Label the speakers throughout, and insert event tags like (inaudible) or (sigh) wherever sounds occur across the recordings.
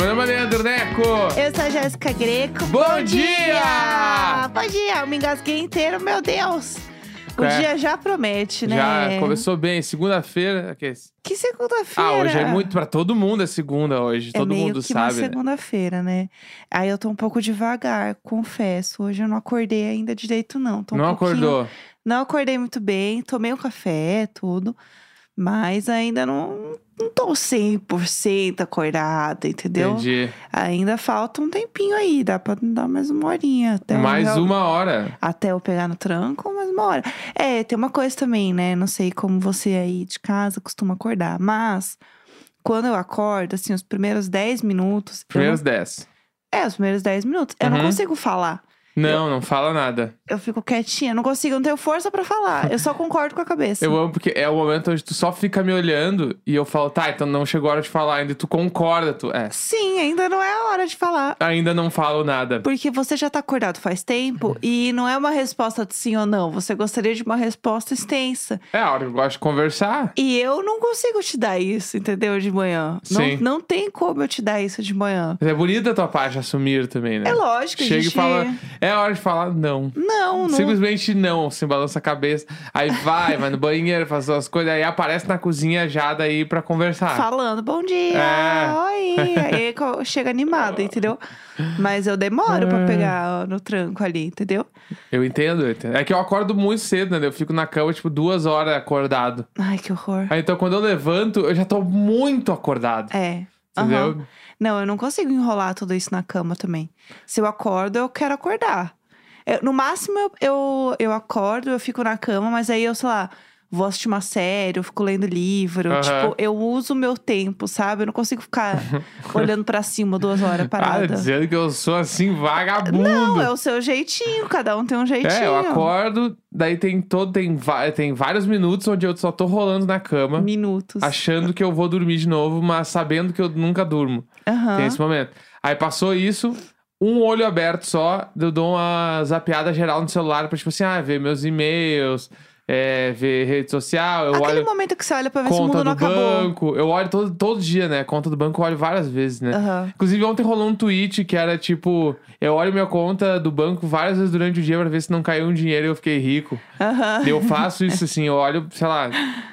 Speaker 1: Arroba é Leandro Neco.
Speaker 2: Eu sou a Jéssica Greco.
Speaker 1: Bom dia!
Speaker 2: Bom dia! Eu me engasguei inteiro, meu Deus! O
Speaker 1: É.
Speaker 2: dia já promete, né?
Speaker 1: Já começou bem. Segunda-feira. que é esse?
Speaker 2: Que segunda-feira!
Speaker 1: Ah, hoje é muito pra todo mundo. É segunda hoje.
Speaker 2: É
Speaker 1: todo
Speaker 2: meio
Speaker 1: mundo
Speaker 2: que
Speaker 1: sabe.
Speaker 2: uma
Speaker 1: né?
Speaker 2: segunda-feira, né? Aí eu tô um pouco devagar, confesso. Hoje eu não acordei ainda direito, não. Tô um
Speaker 1: Não
Speaker 2: pouquinho-
Speaker 1: acordou.
Speaker 2: Não acordei muito bem, tomei um café, tudo. Mas ainda não, não tô 100% acordada, entendeu?
Speaker 1: Entendi.
Speaker 2: Ainda falta um tempinho aí, dá pra dar mais uma horinha. Até eu
Speaker 1: Mais
Speaker 2: um
Speaker 1: um.
Speaker 2: real-
Speaker 1: uma hora.
Speaker 2: Até eu pegar no tranco, mais uma hora. É, tem uma coisa também, né? Não sei como você aí de casa costuma acordar, mas quando eu acordo, assim, os primeiros 10 minutos. eu
Speaker 1: Primeiros 10.
Speaker 2: não- É, os primeiros 10 minutos. Eu
Speaker 1: Uhum.
Speaker 2: não consigo falar.
Speaker 1: Não, não fala nada.
Speaker 2: Eu fico quietinha, não consigo, eu não tenho força pra falar. Eu só concordo com a cabeça.
Speaker 1: Eu amo porque é o momento onde tu só fica me olhando e eu falo, tá, então não chegou a hora de falar ainda. E tu concorda, tu. É.
Speaker 2: Sim, ainda não é a hora de falar.
Speaker 1: Ainda não falo nada.
Speaker 2: Porque você já tá acordado faz
Speaker 1: Uhum.
Speaker 2: tempo e não é uma resposta de sim ou não. Você gostaria de uma resposta extensa.
Speaker 1: É a hora que eu gosto de conversar.
Speaker 2: E eu não consigo te dar isso, entendeu? De manhã. Não-
Speaker 1: Sim.
Speaker 2: Não, tem como eu te dar isso de manhã.
Speaker 1: Mas é bonita a tua parte assumir também, né?
Speaker 2: É lógico, a
Speaker 1: Chega
Speaker 2: gente...
Speaker 1: e fala. É a hora de falar não.
Speaker 2: Não, não.
Speaker 1: Simplesmente não, se balança a cabeça. Aí vai, vai no banheiro, faz suas coisas, aí aparece na cozinha já daí pra conversar.
Speaker 2: tá Falando, bom dia,
Speaker 1: É.
Speaker 2: oi. Aí co- chega animada, entendeu? Mas eu demoro
Speaker 1: É.
Speaker 2: pra pegar no tranco ali, entendeu?
Speaker 1: Eu entendo, eu entendo. É que eu acordo muito cedo, né? Eu fico na cama, tipo, duas horas acordado.
Speaker 2: Ai, que horror.
Speaker 1: Aí então quando eu levanto, eu já tô muito acordado.
Speaker 2: É.
Speaker 1: Entendeu?
Speaker 2: aham. Não, eu não consigo enrolar tudo isso na cama também. Se eu acordo, eu quero acordar. Eu- no máximo, eu, eu, eu acordo, eu fico na cama, mas aí eu, sei lá, vou assistir uma série, eu fico lendo livro.
Speaker 1: Aham.
Speaker 2: Tipo, eu uso o meu tempo, sabe? Eu não consigo
Speaker 1: (laughs)
Speaker 2: ficar olhando pra cima duas horas
Speaker 1: Ah,
Speaker 2: parada.
Speaker 1: dizendo que eu sou assim, vagabundo.
Speaker 2: não, é o seu jeitinho, cada um tem um jeitinho.
Speaker 1: É, eu acordo, daí tem todo, tem, va- tem vários minutos onde eu só tô rolando na cama,
Speaker 2: Minutos.
Speaker 1: (laughs) achando que eu vou dormir de novo, mas sabendo que eu nunca durmo.
Speaker 2: Aham.
Speaker 1: Tem esse momento. Aí passou isso, um olho aberto só, eu dou uma zapeada geral no celular pra, tipo assim, ah, ver meus e-mails, é, ver rede social, eu
Speaker 2: Aquele
Speaker 1: olho
Speaker 2: momento que você olha pra ver se o
Speaker 1: conta
Speaker 2: mundo não
Speaker 1: do
Speaker 2: acabou.
Speaker 1: banco. Eu olho todo, todo dia, né? Conta do banco eu olho várias vezes, né?
Speaker 2: Aham.
Speaker 1: Inclusive, ontem rolou um tweet que era tipo: eu olho minha conta do banco várias vezes durante o dia pra ver se não caiu um dinheiro e eu fiquei rico.
Speaker 2: Aham.
Speaker 1: Eu faço isso assim, eu olho, sei lá,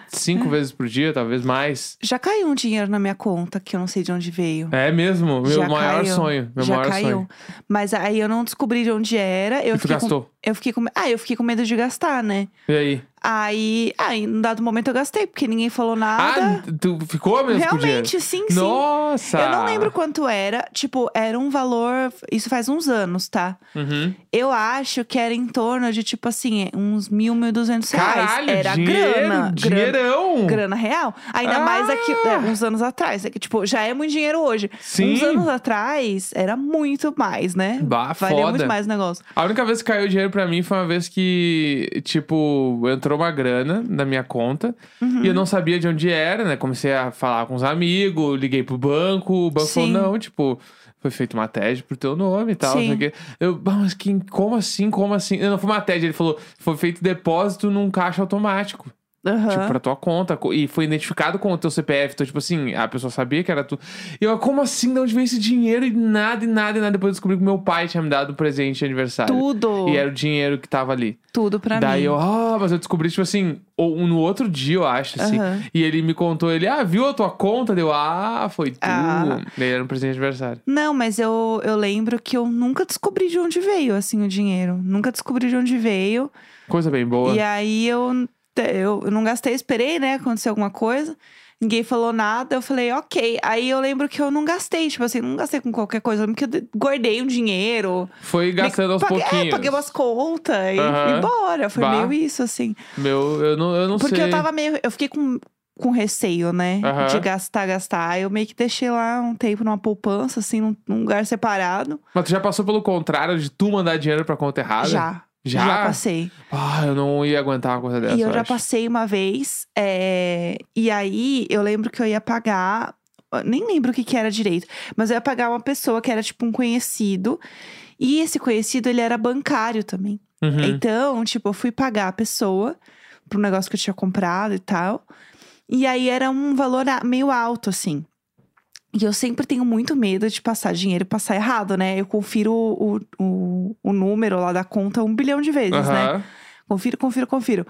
Speaker 1: cinco vezes por dia, talvez mais.
Speaker 2: Já caiu um dinheiro na minha conta que eu não sei de onde veio.
Speaker 1: É mesmo, meu
Speaker 2: Já
Speaker 1: maior
Speaker 2: caiu.
Speaker 1: sonho. Meu
Speaker 2: já
Speaker 1: maior
Speaker 2: caiu.
Speaker 1: sonho.
Speaker 2: Mas aí eu não descobri de onde era. Eu
Speaker 1: E tu
Speaker 2: fiquei com-
Speaker 1: gastou.
Speaker 2: eu fiquei com. Ah, eu fiquei com medo de gastar, né?
Speaker 1: E aí?
Speaker 2: Aí, ah, em um dado momento eu gastei, porque ninguém falou
Speaker 1: Ah,
Speaker 2: nada.
Speaker 1: tu ficou mesmo com o dinheiro?
Speaker 2: Realmente, sim, sim.
Speaker 1: Nossa!
Speaker 2: Eu não lembro quanto era. Tipo, era um valor. Isso faz uns anos, tá?
Speaker 1: Uhum.
Speaker 2: Eu acho que era em torno de, tipo assim, uns mil, mil duzentos reais.
Speaker 1: Caralho,
Speaker 2: era
Speaker 1: dinheiro,
Speaker 2: grana. grana.
Speaker 1: dinheirão!
Speaker 2: Grana real. Ainda
Speaker 1: Ah!
Speaker 2: mais aqui, é, uns anos atrás. É que, tipo, já é muito dinheiro hoje.
Speaker 1: Sim.
Speaker 2: Uns anos atrás, era muito mais, né?
Speaker 1: Bah,
Speaker 2: Valia
Speaker 1: foda.
Speaker 2: muito mais o negócio.
Speaker 1: A única vez que caiu dinheiro pra mim foi uma vez que, tipo, entrou uma grana na minha conta e eu não sabia de onde era, né? Comecei a falar com os amigos, liguei pro banco, o banco
Speaker 2: Sim.
Speaker 1: falou, não, tipo, foi feita uma TED pro teu nome e tal. não sei o
Speaker 2: Sim.
Speaker 1: quê. Eu, "Bah, mas quem, como assim, como assim? Não, foi uma TED, ele falou, foi feito depósito num caixa automático.
Speaker 2: Aham.
Speaker 1: Tipo, pra tua conta. co- E foi identificado com o teu CPF. Então, tipo assim, a pessoa sabia que era tu. E eu, como assim? De onde veio esse dinheiro? E nada, e nada, e nada. Depois eu descobri que meu pai tinha me dado um presente de aniversário.
Speaker 2: Tudo.
Speaker 1: E era o dinheiro que tava ali.
Speaker 2: Tudo Tipo, pra
Speaker 1: Daí
Speaker 2: mim.
Speaker 1: eu, ah, mas eu descobri, tipo assim, ou- um no outro dia, eu acho, assim.
Speaker 2: Aham.
Speaker 1: E ele me contou, ele, ah, viu a tua conta? Deu, ah, foi tu.
Speaker 2: Ah.
Speaker 1: Daí era um presente de aniversário.
Speaker 2: Não, mas eu, eu lembro que eu nunca descobri de onde veio, assim, o dinheiro. Nunca descobri de onde veio.
Speaker 1: Coisa bem boa.
Speaker 2: E aí eu, eu eu não gastei, esperei, né? Acontecer alguma coisa. Ninguém falou nada, eu falei, ok. Aí eu lembro que eu não gastei, tipo assim, não gastei com qualquer coisa. Eu lembro que eu de- guardei um dinheiro.
Speaker 1: Foi gastando aos
Speaker 2: paguei,
Speaker 1: pouquinhos.
Speaker 2: É, paguei umas contas e
Speaker 1: Aham.
Speaker 2: fui embora. Foi
Speaker 1: Bah.
Speaker 2: meio isso, assim.
Speaker 1: Meu, eu não, eu não
Speaker 2: Porque
Speaker 1: sei.
Speaker 2: eu tava meio. Eu fiquei com, com receio, né?
Speaker 1: Aham.
Speaker 2: De gastar, gastar. Eu meio que deixei lá um tempo numa poupança, assim, num, num lugar separado.
Speaker 1: Mas tu já passou pelo contrário de tu mandar dinheiro pra conta errada?
Speaker 2: já.
Speaker 1: Ah, Já?
Speaker 2: passei.
Speaker 1: Ah, eu não ia aguentar uma coisa dessa.
Speaker 2: E eu já
Speaker 1: acho.
Speaker 2: passei uma vez. é, E aí eu lembro que eu ia pagar. eu Nem lembro o que, que era direito, mas eu ia pagar uma pessoa que era tipo um conhecido. E esse conhecido, ele era bancário também.
Speaker 1: Uhum.
Speaker 2: Então, tipo, eu fui pagar a pessoa pro negócio que eu tinha comprado e tal. E aí era um valor a- meio alto, assim. E eu sempre tenho muito medo de passar dinheiro e passar errado, né? Eu confiro o, o, o número lá da conta um bilhão de vezes, né?
Speaker 1: Aham.
Speaker 2: Confiro, confiro, confiro.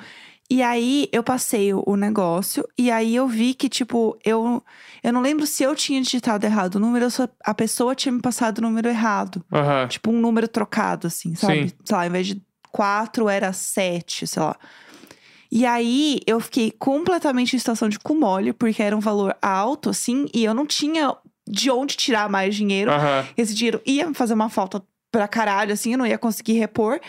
Speaker 2: E aí eu passei o- o negócio e aí eu vi que, tipo, eu, eu não lembro se eu tinha digitado errado o número, ou se a pessoa tinha me passado o número errado.
Speaker 1: Aham.
Speaker 2: Tipo, um número trocado, assim, sabe?
Speaker 1: Sim.
Speaker 2: Sei lá, ao invés de quatro era sete, sei lá. E aí eu fiquei completamente em situação de cu mole, porque era um valor alto, assim, e eu não tinha de onde tirar mais dinheiro
Speaker 1: Aham.
Speaker 2: esse dinheiro ia me fazer uma falta pra caralho, assim, eu não ia conseguir repor.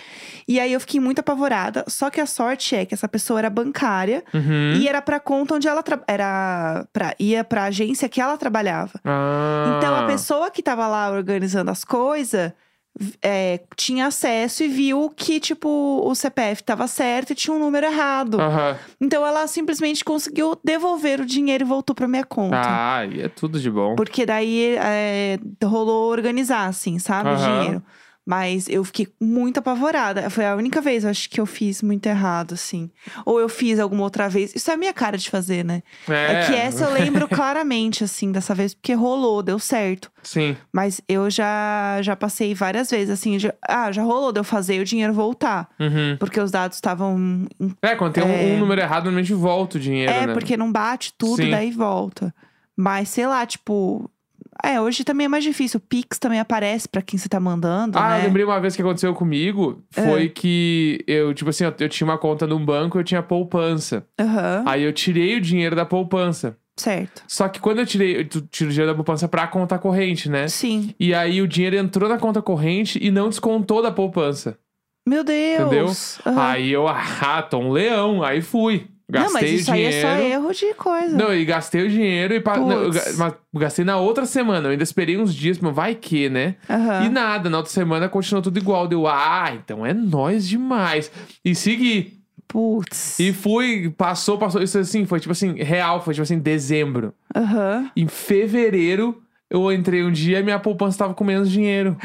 Speaker 2: E aí eu fiquei muito apavorada. Só que a sorte é que essa pessoa era bancária
Speaker 1: Uhum.
Speaker 2: e era pra conta onde ela tra- era pra, ia pra agência que ela trabalhava.
Speaker 1: Ah.
Speaker 2: Então a pessoa que tava lá organizando as coisas v- é, tinha acesso e viu que, tipo, o CPF tava certo e tinha um número errado.
Speaker 1: Aham.
Speaker 2: Então ela simplesmente conseguiu devolver o dinheiro e voltou pra minha conta.
Speaker 1: Ah, e é tudo de bom.
Speaker 2: Porque daí é, rolou organizar, assim, sabe? O
Speaker 1: Aham.
Speaker 2: Dinheiro. Mas eu fiquei muito apavorada. Foi a única vez, eu acho, que eu fiz muito errado, assim. Ou eu fiz alguma outra vez. Isso é a minha cara de fazer, né? É, que essa eu lembro (laughs) claramente, assim, dessa vez, porque rolou, deu certo.
Speaker 1: Sim.
Speaker 2: Mas eu já, já passei várias vezes, assim, de, ah, já rolou de eu fazer e o dinheiro voltar.
Speaker 1: Uhum.
Speaker 2: Porque os dados estavam. em-
Speaker 1: É, quando tem um-
Speaker 2: É.
Speaker 1: Um, número errado, normalmente volta o dinheiro,
Speaker 2: É,
Speaker 1: né?
Speaker 2: porque não bate tudo,
Speaker 1: Sim.
Speaker 2: daí volta. Mas sei lá, tipo. É, hoje também é mais difícil. O Pix também aparece pra quem você tá mandando.
Speaker 1: Ah,
Speaker 2: né? É.
Speaker 1: eu lembrei uma vez que aconteceu comigo. Foi que eu, tipo assim, eu, eu tinha uma conta num banco e eu tinha poupança.
Speaker 2: Aham,
Speaker 1: Aí eu tirei o dinheiro da poupança.
Speaker 2: certo.
Speaker 1: Só que quando eu tirei, eu tu- tiro o dinheiro da poupança pra conta corrente, né?
Speaker 2: Sim.
Speaker 1: E aí o dinheiro entrou na conta corrente e não descontou da poupança.
Speaker 2: Meu Deus.
Speaker 1: Entendeu?
Speaker 2: Aham.
Speaker 1: Aí eu, ah, tô um leão. Aí fui. Gastei
Speaker 2: não, mas isso
Speaker 1: o
Speaker 2: aí
Speaker 1: dinheiro.
Speaker 2: é só erro de coisa.
Speaker 1: Não, e gastei o dinheiro e pa...
Speaker 2: Puts.
Speaker 1: não, eu ga- mas gastei na outra semana. Eu ainda esperei uns dias, mas vai que, né?
Speaker 2: Aham.
Speaker 1: E nada, na outra semana continuou tudo igual. Deu, ah, então é nós demais. E segui.
Speaker 2: Putz.
Speaker 1: E fui, passou, passou. Isso assim, foi tipo assim, real, foi tipo assim, dezembro.
Speaker 2: Aham.
Speaker 1: Em fevereiro, eu entrei um dia e minha poupança tava com menos dinheiro.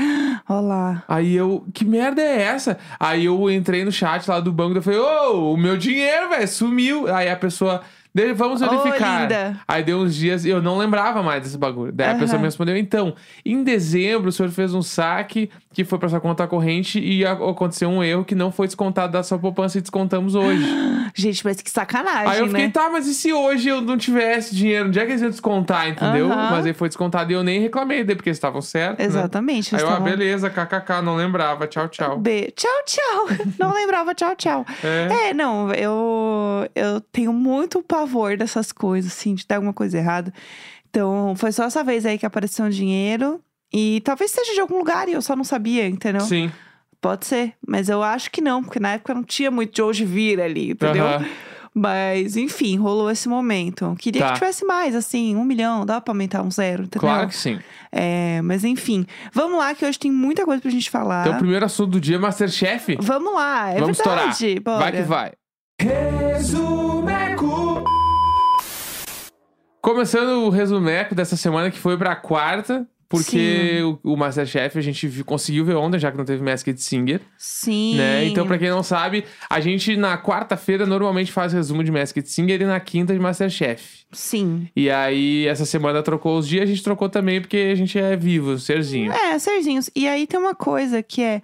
Speaker 2: Ó lá.
Speaker 1: Aí eu, que merda é essa? Aí eu entrei no chat lá do banco e eu falei, ô, o meu dinheiro, velho, sumiu. Aí a pessoa, "De- vamos
Speaker 2: Ô,
Speaker 1: verificar.
Speaker 2: linda.
Speaker 1: Aí deu uns dias, e eu não lembrava mais desse bagulho. Daí a
Speaker 2: Aham.
Speaker 1: pessoa me respondeu, então, em dezembro o senhor fez um saque que foi pra sua conta corrente e a- aconteceu um erro que não foi descontado da sua poupança e descontamos hoje.
Speaker 2: Gente, mas que sacanagem,
Speaker 1: Aí eu fiquei,
Speaker 2: né?
Speaker 1: tá, mas e se hoje eu não tivesse dinheiro? Onde é que eles iam descontar, entendeu?
Speaker 2: Aham.
Speaker 1: Mas aí foi descontado e eu nem reclamei, daí, porque eles estavam certos, né?
Speaker 2: Exatamente.
Speaker 1: Aí
Speaker 2: eles
Speaker 1: eu, ah,
Speaker 2: tavam-
Speaker 1: beleza, kkk, não lembrava, tchau, tchau.
Speaker 2: B. Tchau, tchau. (laughs) Não lembrava, tchau, tchau.
Speaker 1: É.
Speaker 2: É, não, eu, eu tenho muito pavor dessas coisas, assim, de dar alguma coisa errada. Então, foi só essa vez aí que apareceu um dinheiro. E talvez seja de algum lugar e eu só não sabia, entendeu?
Speaker 1: Sim.
Speaker 2: Pode ser, mas eu acho que não, porque na época não tinha muito de hoje vir ali, entendeu?
Speaker 1: Aham.
Speaker 2: Mas, enfim, rolou esse momento. Queria
Speaker 1: Tá.
Speaker 2: que tivesse mais, assim, um milhão, dá pra aumentar um zero, entendeu?
Speaker 1: Claro que sim.
Speaker 2: É, mas enfim, vamos lá, que hoje tem muita coisa pra gente falar.
Speaker 1: Então, o primeiro assunto do dia é Masterchef.
Speaker 2: Vamos lá, é
Speaker 1: Vamos
Speaker 2: verdade.
Speaker 1: estourar.
Speaker 2: Bora.
Speaker 1: Vai que vai. Resumeco. Começando o resumeco dessa semana que foi pra quarta. Porque o, o Masterchef a gente vi- conseguiu ver ontem, já que não teve Masked Singer,
Speaker 2: Sim.
Speaker 1: né? Então, pra quem não sabe, a gente na quarta-feira normalmente faz resumo de Masked Singer e na quinta de Masterchef.
Speaker 2: Sim.
Speaker 1: E aí, essa semana trocou os dias, a gente trocou também porque a gente é vivo, serzinho.
Speaker 2: É, serzinhos. E aí tem uma coisa que é.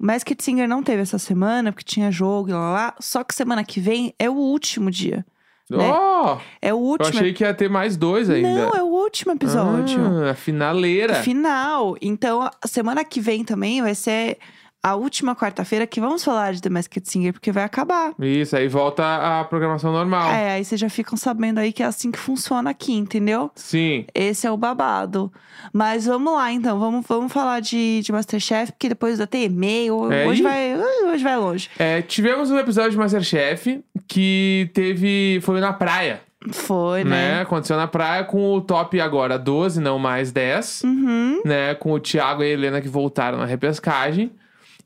Speaker 2: O Masked Singer não teve essa semana, porque tinha jogo e lá, lá, lá. Só que semana que vem é o último dia. né?
Speaker 1: Ó,
Speaker 2: É o
Speaker 1: eu
Speaker 2: último.
Speaker 1: achei que ia ter mais dois ainda.
Speaker 2: Não, é o último episódio.
Speaker 1: Ah, a finaleira.
Speaker 2: Final. Então, a semana que vem também vai ser a última quarta-feira que vamos falar de The Masked Singer, porque vai acabar.
Speaker 1: Isso, aí volta a programação normal.
Speaker 2: É, aí vocês já ficam sabendo aí que é assim que funciona aqui, entendeu?
Speaker 1: Sim.
Speaker 2: Esse é o babado. Mas vamos lá, então. Vamos, vamos falar de, de Masterchef, porque depois até e-mail.
Speaker 1: É,
Speaker 2: hoje,
Speaker 1: ih.
Speaker 2: vai, hoje vai longe.
Speaker 1: É, tivemos um episódio de Masterchef que teve. Foi na praia,
Speaker 2: Foi,
Speaker 1: né?
Speaker 2: né?
Speaker 1: Aconteceu na praia com o top agora 12, não mais 10,
Speaker 2: Uhum.
Speaker 1: né? Com o Thiago e a Helena que voltaram na repescagem.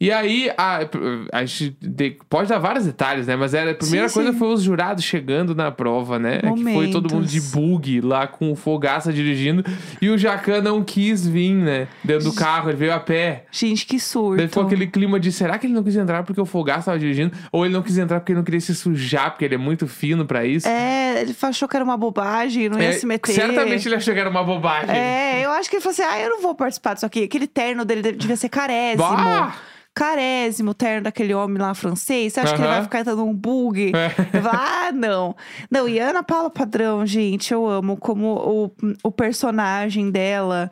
Speaker 1: E aí, a, a gente de- pode dar vários detalhes, né? Mas era, a primeira
Speaker 2: Sim,
Speaker 1: coisa
Speaker 2: sim.
Speaker 1: foi os jurados chegando na prova, né? Que foi todo mundo de
Speaker 2: Momentos.
Speaker 1: bug lá com o Fogaça dirigindo. E o Jacan não quis vir, né? Dentro do carro, ele veio a pé.
Speaker 2: Gente, que surto.
Speaker 1: Daí ficou aquele clima de será que ele não quis entrar porque o Fogaça tava dirigindo? Ou ele não quis entrar porque ele não queria se sujar, porque ele é muito fino pra isso?
Speaker 2: É, ele achou que era uma bobagem, não ia
Speaker 1: É,
Speaker 2: se meter.
Speaker 1: Certamente ele achou que era uma bobagem.
Speaker 2: É, eu acho que ele falou assim: ah, eu não vou participar disso aqui. Aquele terno dele deve- devia ser carésimo.
Speaker 1: Bah!
Speaker 2: Carésimo, o terno daquele homem lá francês. Você acha que ele
Speaker 1: Aham. É.
Speaker 2: vai ficar dando um bug? Eu falo, ah, não. Não, e a Ana Paula Padrão, gente, eu amo como o, o personagem
Speaker 1: (laughs)
Speaker 2: dela.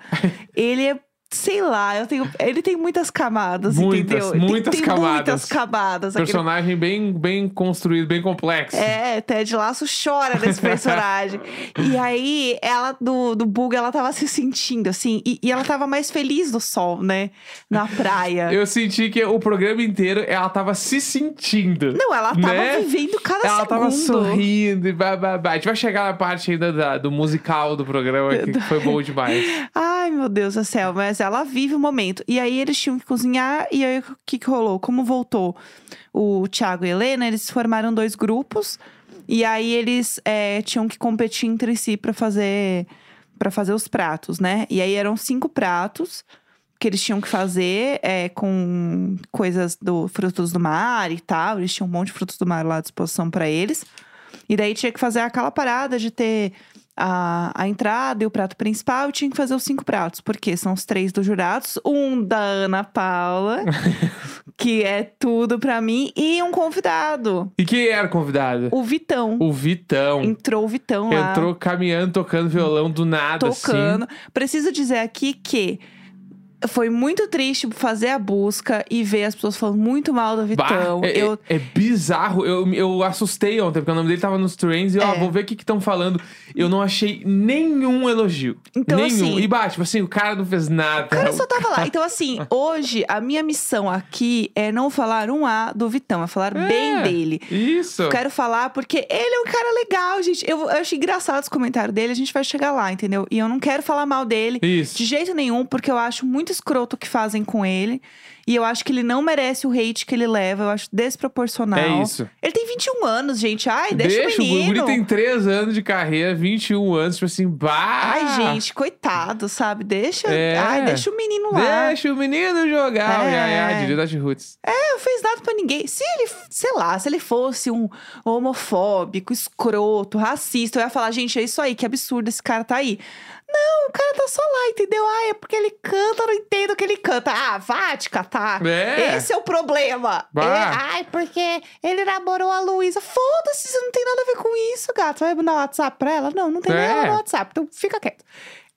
Speaker 2: ele é. Sei lá, eu tenho, ele tem muitas camadas,
Speaker 1: Muitas,
Speaker 2: entendeu? Tem-
Speaker 1: muitas
Speaker 2: tem, muitas
Speaker 1: camadas.
Speaker 2: camadas. Aquele
Speaker 1: Personagem bem, bem construído, bem complexo.
Speaker 2: é, Ted Laço chora
Speaker 1: (laughs)
Speaker 2: desse personagem. e aí, ela, do, do bug, ela tava se sentindo, assim. E, e ela tava mais feliz no sol, né? Na praia.
Speaker 1: Eu senti que o programa inteiro ela tava se sentindo.
Speaker 2: Não, ela tava
Speaker 1: né?
Speaker 2: vivendo cada
Speaker 1: ela
Speaker 2: segundo.
Speaker 1: tava sorrindo e bababá. A gente vai chegar na parte ainda da- do musical do programa que
Speaker 2: (laughs)
Speaker 1: que foi bom demais.
Speaker 2: Ai, meu Deus do céu. Mas ela vive o momento. E aí, eles tinham que cozinhar. E aí, o que, que rolou? Como voltou o Thiago e a Helena, eles formaram dois grupos. E aí, eles é, tinham que competir entre si pra fazer... Pra fazer os pratos, né? E aí eram cinco pratos. que eles tinham que fazer é, com coisas do frutos do mar e tal. Eles tinham um monte de frutos do mar lá à disposição para eles. E daí tinha que fazer aquela parada de ter a, a entrada e o prato principal. E tinha que fazer os cinco pratos, porque são os três dos jurados, um da Ana
Speaker 1: (laughs)
Speaker 2: Paula, que é tudo para mim, e um convidado,
Speaker 1: E quem era o convidado?
Speaker 2: o Vitão.
Speaker 1: O Vitão.
Speaker 2: Entrou o Vitão lá
Speaker 1: Entrou caminhando, tocando violão do nada, assim.
Speaker 2: tocando. Preciso dizer aqui que foi muito triste fazer a busca e ver as pessoas falando muito mal do
Speaker 1: Bah,
Speaker 2: Vitão.
Speaker 1: é,
Speaker 2: Então, eu,
Speaker 1: é, é bizarro. Eu, eu assustei ontem, porque o nome dele tava nos trends e eu ah,
Speaker 2: É.
Speaker 1: vou ver o que estão falando. Eu não achei nenhum elogio.
Speaker 2: Então,
Speaker 1: nenhum.
Speaker 2: assim-
Speaker 1: e bate, tipo assim, o cara não fez nada.
Speaker 2: o cara só tava lá. Então,
Speaker 1: (laughs)
Speaker 2: assim, hoje a minha missão aqui é não falar um A do Vitão, é falar
Speaker 1: É,
Speaker 2: bem dele.
Speaker 1: Isso.
Speaker 2: Eu Quero falar porque ele é um cara legal, gente. Eu, eu acho engraçado os comentários dele, a gente vai chegar lá, entendeu? E eu não quero falar mal dele.
Speaker 1: Isso.
Speaker 2: De jeito nenhum, porque eu acho muito escroto o que fazem com ele. E eu acho que ele não merece o hate que ele leva. Eu acho desproporcional.
Speaker 1: É isso.
Speaker 2: Ele tem 21 anos, gente. Ai, deixa, o
Speaker 1: o
Speaker 2: menino.
Speaker 1: guri tem 3 anos de carreira, 21 anos, tipo assim, bah!
Speaker 2: Ai, gente, coitado, sabe? Deixa.
Speaker 1: É.
Speaker 2: Ai, deixa o menino lá.
Speaker 1: Deixa o menino jogar.
Speaker 2: É.
Speaker 1: É. Ai, ai, diria Dash Roots.
Speaker 2: É, não fez nada pra ninguém. Se ele, sei lá, se ele fosse um homofóbico, escroto, racista, eu ia falar, gente, é isso aí, que absurdo esse cara tá aí. Não, o cara tá só lá, entendeu? Ah, é porque ele canta, eu não entendo o que ele canta. Ah, vá te catar.
Speaker 1: É.
Speaker 2: Esse é o problema.
Speaker 1: Vá.
Speaker 2: É, ai, porque ele namorou a Luísa. Foda-se, isso não tem nada a ver com isso, gato. Vai mandar um WhatsApp pra ela? Não, não tem nem
Speaker 1: É.
Speaker 2: ela no WhatsApp, então fica quieto.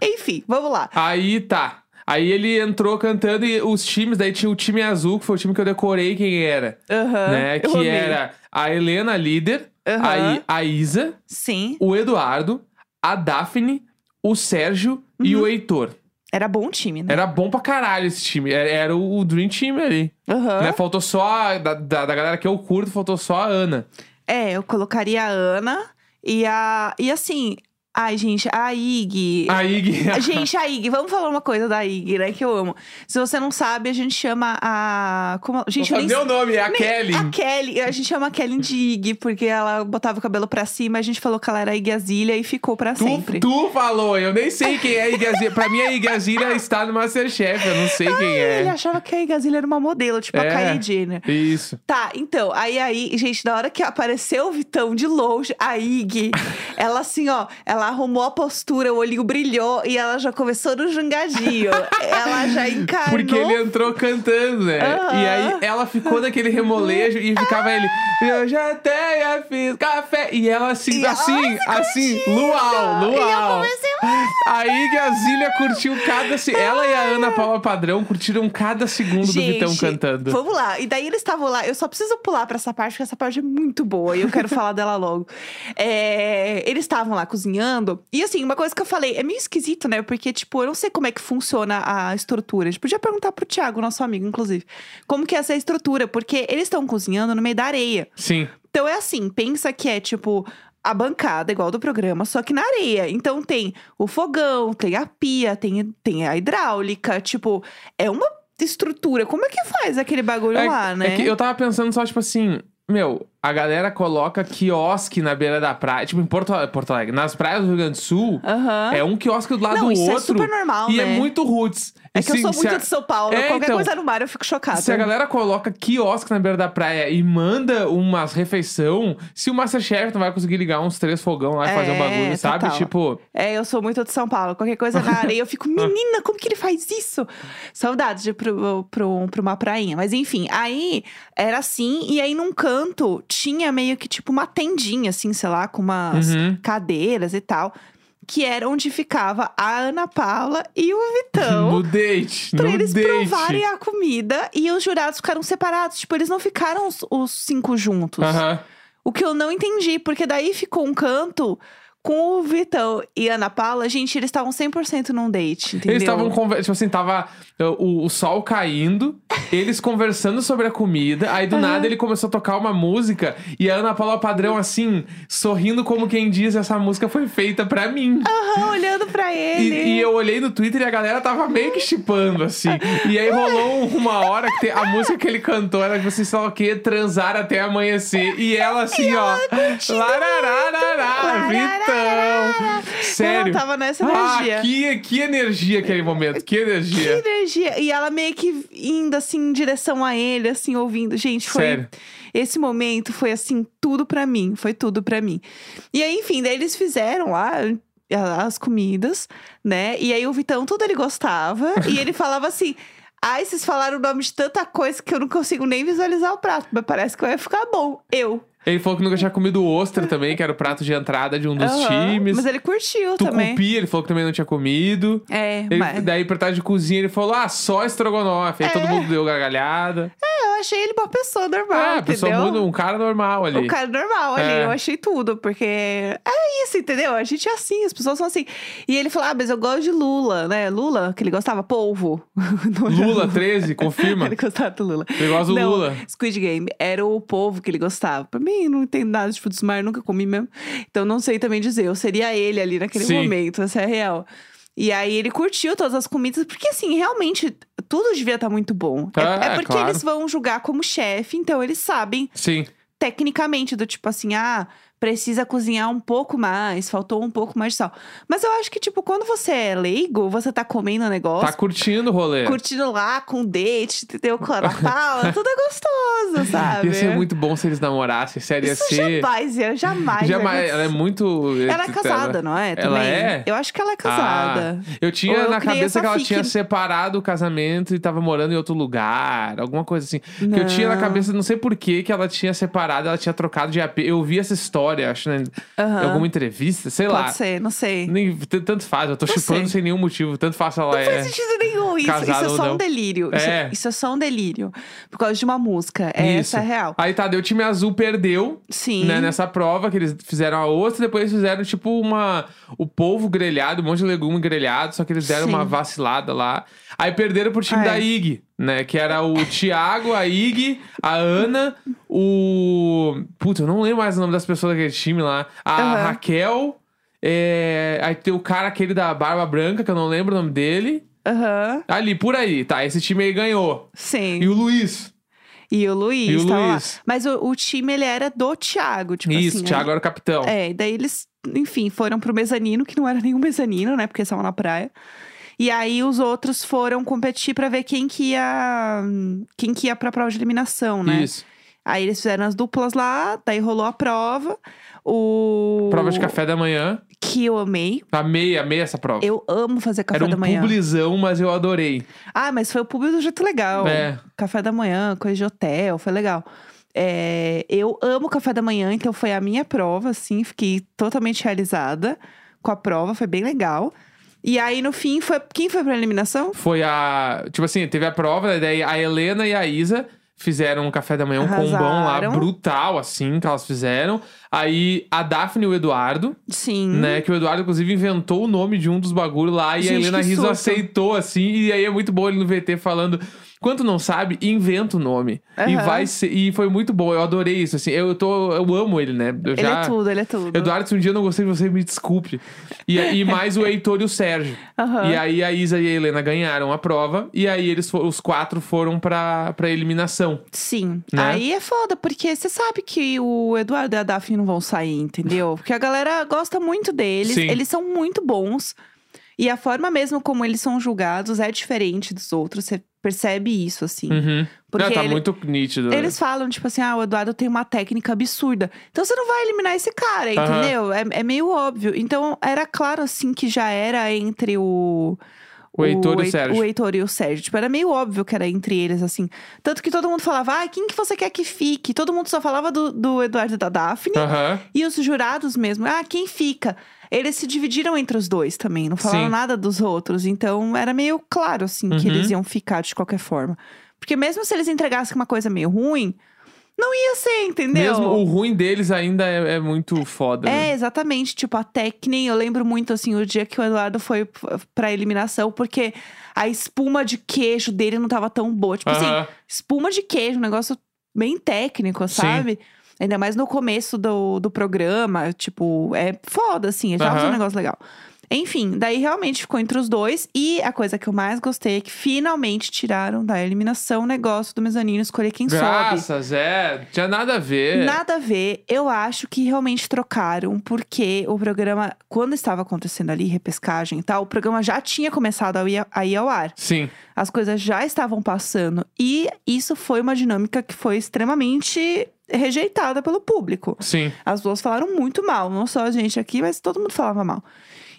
Speaker 2: Enfim, vamos lá.
Speaker 1: Aí tá. Aí ele entrou cantando e os times, daí tinha o time azul, que foi o time que eu decorei quem era.
Speaker 2: Aham,
Speaker 1: né?
Speaker 2: eu
Speaker 1: Que
Speaker 2: amei.
Speaker 1: era a Helena líder,
Speaker 2: Aham.
Speaker 1: aí a Isa,
Speaker 2: Sim,
Speaker 1: o Eduardo, a Daphne, o Sérgio e
Speaker 2: Uhum.
Speaker 1: o Heitor.
Speaker 2: era bom time, né?
Speaker 1: Era bom pra caralho esse time. Era, era o Dream Team ali.
Speaker 2: Aham.
Speaker 1: Né? Faltou só a, da, da, da galera que eu curto, faltou só a Ana.
Speaker 2: É, eu colocaria a Ana e a. E assim. Ai, gente, a
Speaker 1: (laughs)
Speaker 2: Ig.
Speaker 1: A Ig.
Speaker 2: Gente, a Ig, vamos falar uma coisa da Ig, né? Que eu amo. Se você não sabe, a gente chama a. Como...
Speaker 1: (laughs)
Speaker 2: Gente, eu nem
Speaker 1: Meu nome é a Kelly.
Speaker 2: a Kelly, a gente chama a Kelly de Ig, porque ela botava o cabelo pra cima, a gente falou que ela era Igazilha e ficou pra sempre.
Speaker 1: Tu, tu falou, eu nem sei quem é a Igazira. pra mim, a Igazira está no Masterchef, eu não sei quem
Speaker 2: Ele
Speaker 1: é.
Speaker 2: achava que a Igazilha era uma modelo, tipo a
Speaker 1: É.
Speaker 2: Kylie Jenner.
Speaker 1: Isso.
Speaker 2: Tá, então, aí, aí, gente, na hora que apareceu o Vitão de longe, a Ig, ela assim, ó, ela arrumou a postura, o olhinho brilhou e ela já começou no
Speaker 1: (laughs)
Speaker 2: jangadinho. ela já encarnou.
Speaker 1: Porque ele entrou cantando, né?
Speaker 2: Ah, Aham.
Speaker 1: E aí ela ficou naquele remolejo e ficava ele. Eu já até já fiz café. E ela assim,
Speaker 2: E ela
Speaker 1: assim,
Speaker 2: se
Speaker 1: assim,
Speaker 2: curtindo.
Speaker 1: luau,
Speaker 2: E eu
Speaker 1: luau.
Speaker 2: comecei,
Speaker 1: A Igazilha curtiu cada. Se... Ela e a Ana Paula Padrão curtiram cada segundo do Vitão
Speaker 2: Ah. Gente,
Speaker 1: cantando.
Speaker 2: Vamos lá. E daí eles estavam lá. Eu só preciso pular pra essa parte, porque essa parte é muito boa e eu quero falar dela logo. (laughs) É, eles estavam lá cozinhando. E assim, uma coisa que eu falei, é meio esquisito, né? Porque, tipo, eu não sei como é que funciona a estrutura. A gente podia perguntar pro Thiago, nosso amigo, inclusive, como que é essa estrutura, porque eles estão cozinhando no meio da areia.
Speaker 1: Sim.
Speaker 2: Então é assim, pensa que é tipo a bancada igual do programa, só que na areia. Então tem o fogão, tem a pia, tem, tem a hidráulica, tipo, é uma estrutura. Como é que faz aquele bagulho
Speaker 1: É-
Speaker 2: lá, né?
Speaker 1: É que eu tava pensando só, tipo assim, meu, a galera coloca quiosque na beira da praia. Tipo, em Porto, Porto Alegre, nas praias do Rio Grande do Sul,
Speaker 2: Aham.
Speaker 1: é um quiosque do lado
Speaker 2: Não,
Speaker 1: do
Speaker 2: isso é
Speaker 1: outro.
Speaker 2: super normal,
Speaker 1: E é
Speaker 2: né?
Speaker 1: muito roots.
Speaker 2: É
Speaker 1: E
Speaker 2: que eu
Speaker 1: se-
Speaker 2: sou
Speaker 1: se
Speaker 2: muito
Speaker 1: a-
Speaker 2: de São Paulo.
Speaker 1: É,
Speaker 2: Qualquer
Speaker 1: então.
Speaker 2: coisa no mar eu fico chocada.
Speaker 1: Se a galera coloca quiosque na beira da praia e manda umas refeição, se o Masterchef não vai conseguir ligar uns três fogão lá e
Speaker 2: É,
Speaker 1: fazer um bagulho, sabe?
Speaker 2: total.
Speaker 1: Tipo,
Speaker 2: É, eu sou muito de São Paulo. Qualquer coisa na areia, eu fico, menina, como que ele faz isso? Saudades de ir pro, pro, pra uma prainha. Mas enfim, aí era assim, e aí num canto tinha meio que tipo uma tendinha, assim, sei lá, com umas
Speaker 1: Uhum.
Speaker 2: cadeiras e tal. Que era onde ficava a Ana Paula e o
Speaker 1: (laughs)
Speaker 2: Vitão.
Speaker 1: no date.
Speaker 2: Pra
Speaker 1: no
Speaker 2: eles
Speaker 1: date.
Speaker 2: provarem a comida e os jurados ficaram separados. Tipo, eles não ficaram os, os cinco juntos.
Speaker 1: Aham.
Speaker 2: O que eu não entendi, porque daí ficou um canto com o Vitão e a Ana Paula. Gente, eles estavam 100% num date, entendeu?
Speaker 1: Eles estavam conversando, tipo assim, tava uh, o, o sol caindo,
Speaker 2: (laughs)
Speaker 1: eles conversando sobre a comida, aí do nada ele começou a tocar uma música e a Ana Paula Padrão, assim, sorrindo como quem diz, essa música foi feita pra mim.
Speaker 2: Aham, olhando pra
Speaker 1: E,
Speaker 2: ele.
Speaker 1: e eu olhei no Twitter e a galera tava meio que chipando, assim. E aí rolou uma hora que tem- a música que ele cantou era tipo assim, sei lá o quê, transar até amanhecer. E ela assim, ó. Larararará,
Speaker 2: Larararará.
Speaker 1: Vitão. Sério.
Speaker 2: Ela tava nessa energia.
Speaker 1: Ah, que, que energia aquele momento, que
Speaker 2: Que
Speaker 1: energia.
Speaker 2: energia! E ela meio que indo assim em direção a ele, assim, ouvindo. Gente, foi.
Speaker 1: Sério.
Speaker 2: Esse momento foi assim, tudo pra mim. Foi tudo pra mim. E aí, enfim, daí eles fizeram lá a- as comidas, né? E aí o Vitão, tudo ele gostava. e
Speaker 1: (laughs)
Speaker 2: ele falava assim. Ai, vocês falaram o nome de tanta coisa que eu não consigo nem visualizar o prato, mas parece que vai ficar bom. Eu.
Speaker 1: Ele falou que nunca tinha comido ostra também, que era o prato de entrada de um dos
Speaker 2: Aham.
Speaker 1: times.
Speaker 2: Mas ele curtiu também.
Speaker 1: Tucupi, ele falou que também não tinha comido.
Speaker 2: É,
Speaker 1: Ele,
Speaker 2: mas...
Speaker 1: Daí, por trás de cozinha, ele falou: ah, só estrogonofe. Aí
Speaker 2: É.
Speaker 1: todo mundo deu gargalhada.
Speaker 2: eu achei ele uma pessoa normal.
Speaker 1: Ah, a
Speaker 2: entendeu?
Speaker 1: pessoa muda um cara normal ali.
Speaker 2: O cara (laughs) normal ali,
Speaker 1: É.
Speaker 2: eu achei tudo, porque é isso, entendeu? A gente é assim, as pessoas são assim. E ele falou, ah, mas eu gosto de Lula, né? Lula, que ele gostava, polvo. (laughs) Não era
Speaker 1: Lula 13, confirma.
Speaker 2: (laughs) Ele gostava do Lula.
Speaker 1: Ele gosta do
Speaker 2: um Não,
Speaker 1: Lula.
Speaker 2: Squid Game, era o povo que ele gostava. Pra mim, não entendo nada de frutos do mar, nunca comi mesmo. Então, não sei também dizer. Eu seria ele ali naquele
Speaker 1: Sim.
Speaker 2: momento, essa é a real. E aí, ele curtiu todas as comidas, porque assim, realmente, tudo devia estar muito bom. É-
Speaker 1: Ah,
Speaker 2: é,
Speaker 1: é
Speaker 2: porque
Speaker 1: claro.
Speaker 2: eles vão julgar como chefe, então eles sabem
Speaker 1: Sim. Tá
Speaker 2: tecnicamente, do tipo assim, ah, precisa cozinhar um pouco mais, faltou um pouco mais de sal. Mas eu acho que, tipo, quando você é leigo, você tá comendo o negócio,
Speaker 1: Tá curtindo o rolê.
Speaker 2: curtindo lá com o date, entendeu? Com a Ana Paula, tudo é gostoso, sabe?
Speaker 1: (laughs) Ia ser muito bom se eles namorassem. Sério, ia
Speaker 2: tá Isso
Speaker 1: ser.
Speaker 2: jamais, ia- jamais. ia
Speaker 1: Jamais-
Speaker 2: acontecer.
Speaker 1: Ela é muito.
Speaker 2: Ela é casada, não é?
Speaker 1: Ela
Speaker 2: Também.
Speaker 1: é?
Speaker 2: Eu acho que ela é casada.
Speaker 1: Ah, eu tinha
Speaker 2: Ou eu
Speaker 1: na
Speaker 2: criei
Speaker 1: cabeça
Speaker 2: essa
Speaker 1: que ela
Speaker 2: fic.
Speaker 1: tinha separado o casamento e tava morando em outro lugar, alguma coisa assim. Que eu tinha na
Speaker 2: Não.
Speaker 1: cabeça, não sei por que que ela tinha separado, ela tinha trocado de AP. Eu vi essa história, acho, né,
Speaker 2: Aham.
Speaker 1: em alguma entrevista, sei
Speaker 2: Pode
Speaker 1: lá.
Speaker 2: ser, não sei.
Speaker 1: Nem- t- tanto faz, eu tô
Speaker 2: Não
Speaker 1: chupando
Speaker 2: sei.
Speaker 1: sem nenhum motivo, tanto faz ela
Speaker 2: Não
Speaker 1: é.
Speaker 2: faz sentido nenhum. Isso, isso
Speaker 1: casada
Speaker 2: é
Speaker 1: ou
Speaker 2: só
Speaker 1: não.
Speaker 2: um delírio. Isso
Speaker 1: É.
Speaker 2: isso é só um delírio. Por causa de uma música. É
Speaker 1: Isso.
Speaker 2: essa a real.
Speaker 1: Aí tá, deu o time azul perdeu,
Speaker 2: Sim.
Speaker 1: né, nessa prova que eles fizeram a outra, depois eles fizeram tipo uma o polvo grelhado, um monte de legume grelhado, só que eles deram
Speaker 2: Sim.
Speaker 1: uma vacilada lá. Aí perderam pro time
Speaker 2: É.
Speaker 1: da IG, né, que era o Thiago, a IG, a Ana, o Puta, eu não lembro mais o nome das pessoas daquele time lá. A
Speaker 2: Aham.
Speaker 1: Raquel, é, aí tem o cara aquele da barba branca, que eu não lembro o nome dele.
Speaker 2: Aham.
Speaker 1: Ali, por aí, tá, esse time aí ganhou.
Speaker 2: Sim.
Speaker 1: E o Luiz.
Speaker 2: E o Luiz.
Speaker 1: E o
Speaker 2: tava lá.
Speaker 1: Luiz.
Speaker 2: Mas o, o time, ele era do Thiago, tipo
Speaker 1: Isso,
Speaker 2: assim.
Speaker 1: Thiago era o capitão.
Speaker 2: É, e daí eles, enfim, foram pro mezanino, que não era nenhum mezanino, né? Porque estavam na praia. E aí os outros foram competir pra ver quem que ia. Quem que ia pra prova de eliminação, né?
Speaker 1: Isso.
Speaker 2: Aí eles fizeram as duplas lá, daí rolou a prova. O.
Speaker 1: Prova de café da manhã.
Speaker 2: Que eu amei.
Speaker 1: Amei, amei essa prova.
Speaker 2: Eu amo fazer café
Speaker 1: Era um
Speaker 2: da manhã.
Speaker 1: publizão, mas eu adorei.
Speaker 2: Ah, mas foi o público do jeito legal.
Speaker 1: É.
Speaker 2: Café da manhã, coisa de hotel, foi legal. É, eu amo café da manhã, então foi a minha prova, assim, fiquei totalmente realizada com a prova, foi bem legal. E aí, no fim, foi quem foi pra eliminação?
Speaker 1: Foi a. Tipo assim, teve a prova, né? daí a Helena e a Isa fizeram um café da manhã, um
Speaker 2: Arrasaram.
Speaker 1: combão lá brutal, assim, que elas fizeram. Aí a Daphne e o Eduardo,
Speaker 2: Sim.
Speaker 1: né? Que o Eduardo, inclusive, inventou o nome de um dos bagulhos lá e
Speaker 2: Hum. Gente,
Speaker 1: a Helena
Speaker 2: que
Speaker 1: Rizzo
Speaker 2: surto.
Speaker 1: aceitou, assim. E aí é muito bom ele no VT falando. Quanto não sabe, inventa o nome. E
Speaker 2: Aham.
Speaker 1: vai ser. E foi muito bom, eu adorei isso. Assim, eu, tô, eu amo ele, né? Eu
Speaker 2: Ele
Speaker 1: já-
Speaker 2: é tudo, ele é tudo.
Speaker 1: Eduardo, se um dia eu não gostei de você, me desculpe. E, e mais o Heitor e o Sérgio.
Speaker 2: Aham.
Speaker 1: E aí a Isa e a Helena ganharam a prova. E aí eles fo- os quatro foram pra, pra eliminação.
Speaker 2: Sim.
Speaker 1: Né?
Speaker 2: Aí é foda, porque você sabe que o Eduardo e a Daphne não vão sair,
Speaker 1: (laughs)
Speaker 2: entendeu? Porque a galera gosta muito deles,
Speaker 1: Sim.
Speaker 2: eles são muito bons. E a forma mesmo como eles são julgados é diferente dos outros, você percebe isso, assim.
Speaker 1: Uhum.
Speaker 2: Porque
Speaker 1: Não, tá
Speaker 2: ele-
Speaker 1: muito nítido. né?
Speaker 2: Eles falam, tipo assim, ah, o Eduardo tem uma técnica absurda. Então você não vai eliminar esse cara,
Speaker 1: Aham.
Speaker 2: entendeu? É, é meio óbvio. Então era claro, assim, que já era entre o.
Speaker 1: O Heitor e o
Speaker 2: Hei-
Speaker 1: Sérgio.
Speaker 2: O Heitor e o Sérgio. Tipo, era meio óbvio que era entre eles, assim. Tanto que todo mundo falava, ah, quem que você quer que fique? Todo mundo só falava do, do Eduardo e da Daphne.
Speaker 1: Aham.
Speaker 2: E os jurados mesmo, ah, quem fica? Eles se dividiram entre os dois também, não falaram
Speaker 1: Sim.
Speaker 2: nada dos outros. Então era meio claro, assim, que
Speaker 1: Uhum.
Speaker 2: eles iam ficar de qualquer forma. Porque mesmo se eles entregassem uma coisa meio ruim, não ia ser, entendeu?
Speaker 1: Mesmo o ruim deles ainda é, é muito foda. né?
Speaker 2: É, exatamente. Tipo, a técnica, eu lembro muito, assim, o dia que o Eduardo foi p- pra eliminação, porque a espuma de queijo dele não tava tão boa. Tipo assim,
Speaker 1: Aham.
Speaker 2: espuma de queijo, um negócio bem técnico,
Speaker 1: Sim.
Speaker 2: sabe? Ainda mais no começo do, do programa, tipo, é foda, assim, já
Speaker 1: Aham.
Speaker 2: uhum. um negócio legal. Enfim, daí realmente ficou entre os dois. E a coisa que eu mais gostei é que finalmente tiraram da eliminação o negócio do mezanino escolher quem sobe.
Speaker 1: Graças, é. Tinha nada a ver.
Speaker 2: Nada a ver. Eu acho que realmente trocaram, porque o programa, quando estava acontecendo ali, repescagem e tal, o programa já tinha começado a ir, a ir ao ar.
Speaker 1: Sim.
Speaker 2: As coisas já estavam passando. E isso foi uma dinâmica que foi extremamente rejeitada pelo público.
Speaker 1: Sim.
Speaker 2: As duas falaram muito mal, não só a gente aqui, mas todo mundo falava mal.